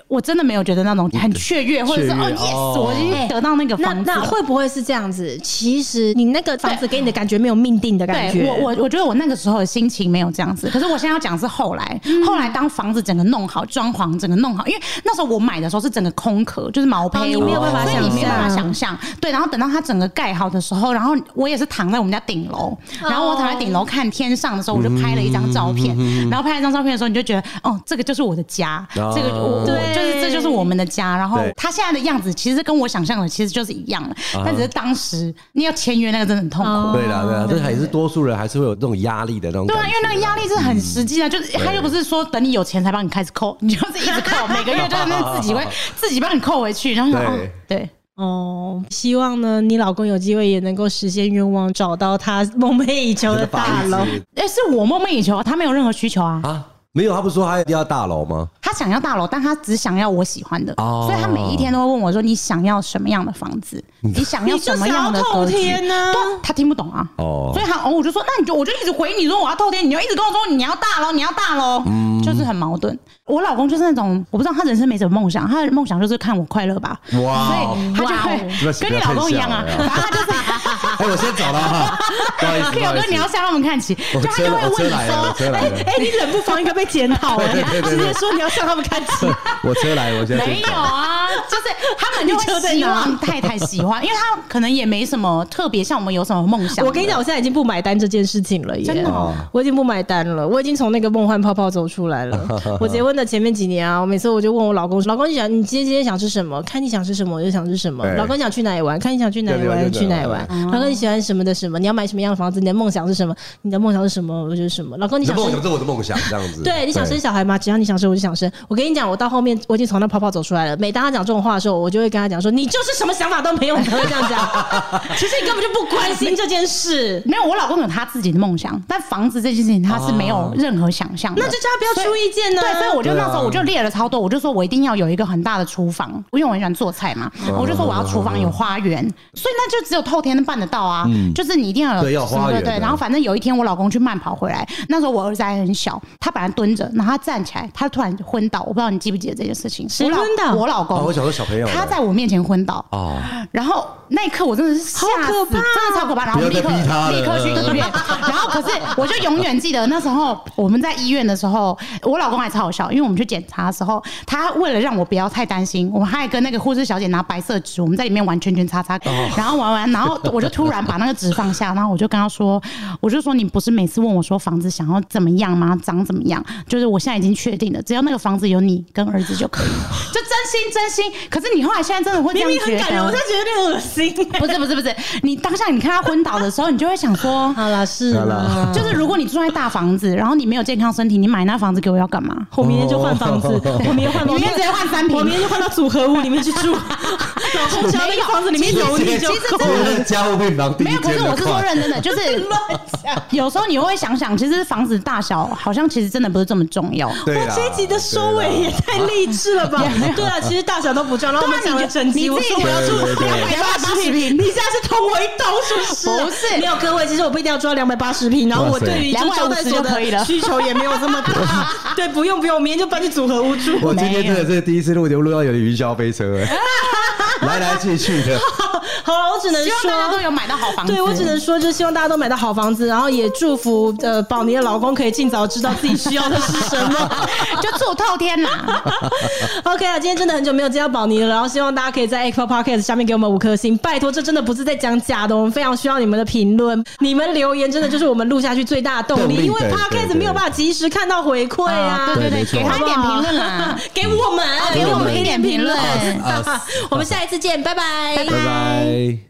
S1: 我真的没有觉得那种很雀跃，或者是
S2: 雀跃
S1: 哦
S2: 哦
S1: yes，我已经得到那个
S3: 那
S1: 房子
S3: 哎那
S1: 了。
S3: 会不会是这样子？其实你那个房子给你的感觉没有命定的感
S1: 对
S3: 觉。
S1: 我我我觉得我那个时候的心情没有这样子，可是我现在要讲是后来，
S3: 嗯
S1: 后来当房子整个弄好，装潢整个弄好，因为那时候我买的时候是整个空壳，就是毛坯屋，
S3: 哦你没有办法
S1: 所以你没有办法
S3: 想
S1: 想
S3: 象
S1: 象。对，然后等到它整个盖好的时候，然后我也是躺在我们家顶
S3: 哦
S1: 楼，然后我躺在顶楼看天上的时候，我就拍了一张照
S3: 嗯
S1: 片，然后拍了一张照片的时候，你就觉得哦，这个就是我的家，
S2: 哦
S1: 这个我我
S3: 对
S1: 就是这就是我们的家。然后
S2: 对
S1: 它现在的样子其实跟我想象的其实就是一样的，但
S3: 啊
S1: 只是当时你要签约那个真的很痛苦。
S3: 哦
S2: 对啦对啦，这还是多数人还是会有这种压力的那种
S1: 嗯对
S2: 感
S1: 啊，
S2: 觉。
S1: 因为那个压力是很实际啊，就是他又不是说等你有钱才帮你开始扣，你就是一直扣，每个月就是那自己会自己帮你扣回去，然后想哦
S2: 对
S1: 对，
S3: 哦，希望呢，你老公有机会也能够实现愿望，找到他梦寐以求的大楼。
S1: 哎，是我梦寐以求，他没有任何需求啊，
S2: 啊，没有，他不是说他一定要大楼吗？
S1: 他想要大楼，但他只想要我喜欢的，
S2: 哦
S1: 所以他每一天都会问我说：“你想要什么样的房子？你想要什么样的格
S3: 你就
S1: 局
S3: 想要透天啊？”
S1: 对他听不懂啊，
S2: 哦
S1: 所以他哦，我就说，那你就我就一直回你说我要透天，你就一直跟我说你要大楼，你要大楼，就是很矛盾。我老公就是那种，我不知道他人生没什么梦想，他的梦想就是看我快乐吧，所
S2: 哇
S1: 以他就会
S2: 哇哦
S1: 跟你老公一样啊，
S2: 不要
S1: 然
S2: 太
S1: 后他就是
S2: 哎，我先走 了哈，不好意思，不
S1: 有
S2: 好意
S1: 哥
S2: 思，
S1: 你要向他们看齐，就
S2: 我
S1: 他
S2: 车
S1: 就会
S2: 我
S1: 问
S2: 车
S1: 你
S2: 来了，我
S1: 说，
S2: 车来了，
S3: 哎、你忍不防应该被 检讨
S1: 啊
S3: 哎，
S2: 对对对
S3: 直接说你要向他们看齐。
S2: 我车来了，我先走
S1: 没有啊，就是他们就
S3: 你车
S1: 会
S3: 在
S1: 希
S3: 哪
S1: 望太太喜欢，因为他可能也没什么特别像我们有什么梦想的。
S3: 我跟你讲，我现在已经不买单这件事情了耶，
S1: 真的哦
S3: 我已经不买单了，我已经从那个梦幻泡泡走出 来了。我结婚的前面几年啊，我每次我就问我老公，老公你想你今天今天想吃什么？看你想吃什么，我就想吃什么。
S2: 对
S3: 老公你想去哪里玩？看你想去哪里玩，
S2: 对对对
S3: 去哪里玩。老公你喜欢什么的什么？你要买什么样的房子？你的梦想是什么？你的梦想是什么？我就是什么。老公你
S2: 你的
S3: 想
S2: 梦
S3: 生
S2: 想是我的梦想，这样子。
S3: 对，你想生小孩吗？只要你想生，我就想生。我跟你讲，我到后面我已经从那泡泡走出来了。每当他讲这种话的时候，我就会跟他讲说：“你就是什么想法都没有，你才会这样讲。其实你根本就不关心这件事，
S1: 没有，我老公有他自己的梦想，但房子这件事情他是没
S2: 哦
S1: 有任何想象的。
S3: 那就叫他不要出意见呢、
S1: 对，所以我就
S2: 对
S1: 那
S2: 啊
S1: 时候我就列了超多，我就说我一定要有一个很大的厨房，因为我很喜欢做菜嘛，
S2: 嗯
S1: 我就说我要厨房有花园，所以那就只有透天能办得到啊，就是你一定要有
S2: 嗯对要有花园
S1: 对对。
S2: 对
S1: 然后反正有一天我老公去慢跑回来，那时候我儿子还很小，他本来蹲着，然后他站起来，他突然昏倒，我不知道你记不记得这件事情？
S3: 谁
S1: 我老
S3: 昏倒
S1: 我老
S2: 哦，我
S1: 公，
S2: 想说小朋友，
S1: 他在我面前昏倒，
S2: 哦，
S1: 然后那一刻我真的是吓死
S3: 好可怕哦
S1: 真的超可怕。然后我们立刻
S2: 不要再逼他了
S1: 立刻去医 院，然后可是我就永远记得那时候我们在医院的时候，我老公还超好笑，因为我们去检查的时候，他为了让我不要太担心，我们还跟那个护士小姐拿白色纸，我们在里面玩圈圈叉叉，
S2: 哦
S1: 然后玩完，然后我就突然把那个纸放下，然后我就跟他说，我就说你不是每次问我说房子想要怎么样吗？长怎么样？就是我现在已经确定了，只要那个房子有你跟儿子就可以了，就真心真心。可是你后来现在真的会这
S3: 明
S1: 样
S3: 明
S1: 觉
S3: 很感人，
S1: 得
S3: 我就觉得有点恶心、
S1: 不是不是不是，你当下你看他昏倒的时候，你就会想 说，
S3: 好啦，是
S2: 好啦
S3: 啦，
S1: 就是如果你住在大房子，然后你没有健康身体，你买那房子给我要干嘛？
S3: 我明天就换 房子，我明天换
S1: 你
S3: 房
S1: 明
S3: 子
S1: 天。直接换三平
S3: 我。明天就换到组合屋里面去住， 老公只要那个房子里
S1: 哎
S3: 面有你就够
S2: 我
S3: 了。
S2: 们家务病房第
S1: 没
S2: 一
S1: 有，可是
S2: 间
S1: 我
S2: 的
S1: 是说
S2: 快，
S1: 认真的，就是 有时候你会想想，其实房子大小好像其实真的不是这么重要。
S2: 对啊
S3: 哇，
S2: 啦
S3: 这一集的收尾也太励志了吧！对啊，其实大小者都不赚，然后我们讲了整集，
S1: 你
S3: 我
S1: 自己
S3: 说我要
S2: 对
S3: 住
S2: 对对
S3: 两百八十
S1: 280
S3: 平，你现在是捅我一刀是 不是？
S4: 不是
S3: 没有各位，其实我不一定要住到两百八十平，然后我
S2: 哇塞
S3: 对于住招待所
S1: 250就可以
S3: 的
S1: 了
S3: 需求也没有这么 大。对，不用不用，我明天就搬去组合屋住。
S2: 我今天真的是第一次录节目，录到有点云霄飞车 哎、来来去去的，
S3: 好了，我只能
S1: 希望大家都
S3: 说。
S1: 有买到好房子。
S3: 对，我只能说，就是希望大家都买到好房子，然后也祝福呃宝妮的老公可以尽早知道自己需要的是什么。
S1: 就住透天啦。
S3: OK 啊，今天真的很久没有见到宝妮了，然后希望大家可以在 Apple Podcast 下面给我们五颗星，拜托，这真的不是在讲假的，我们非常需要你们的评论，你们留言真的就是我们录下去最大的动力，
S2: 动力
S3: 因为
S2: 对
S3: Podcast
S2: 对
S3: 没有办法及时看到回馈啊。
S1: 对对
S2: 对
S1: 对，
S2: 没错
S1: 给他一点评论啦，
S3: 给我们，
S1: 给我们一点评论。
S2: 啊，
S3: 我们下一次见，拜拜
S2: 拜拜。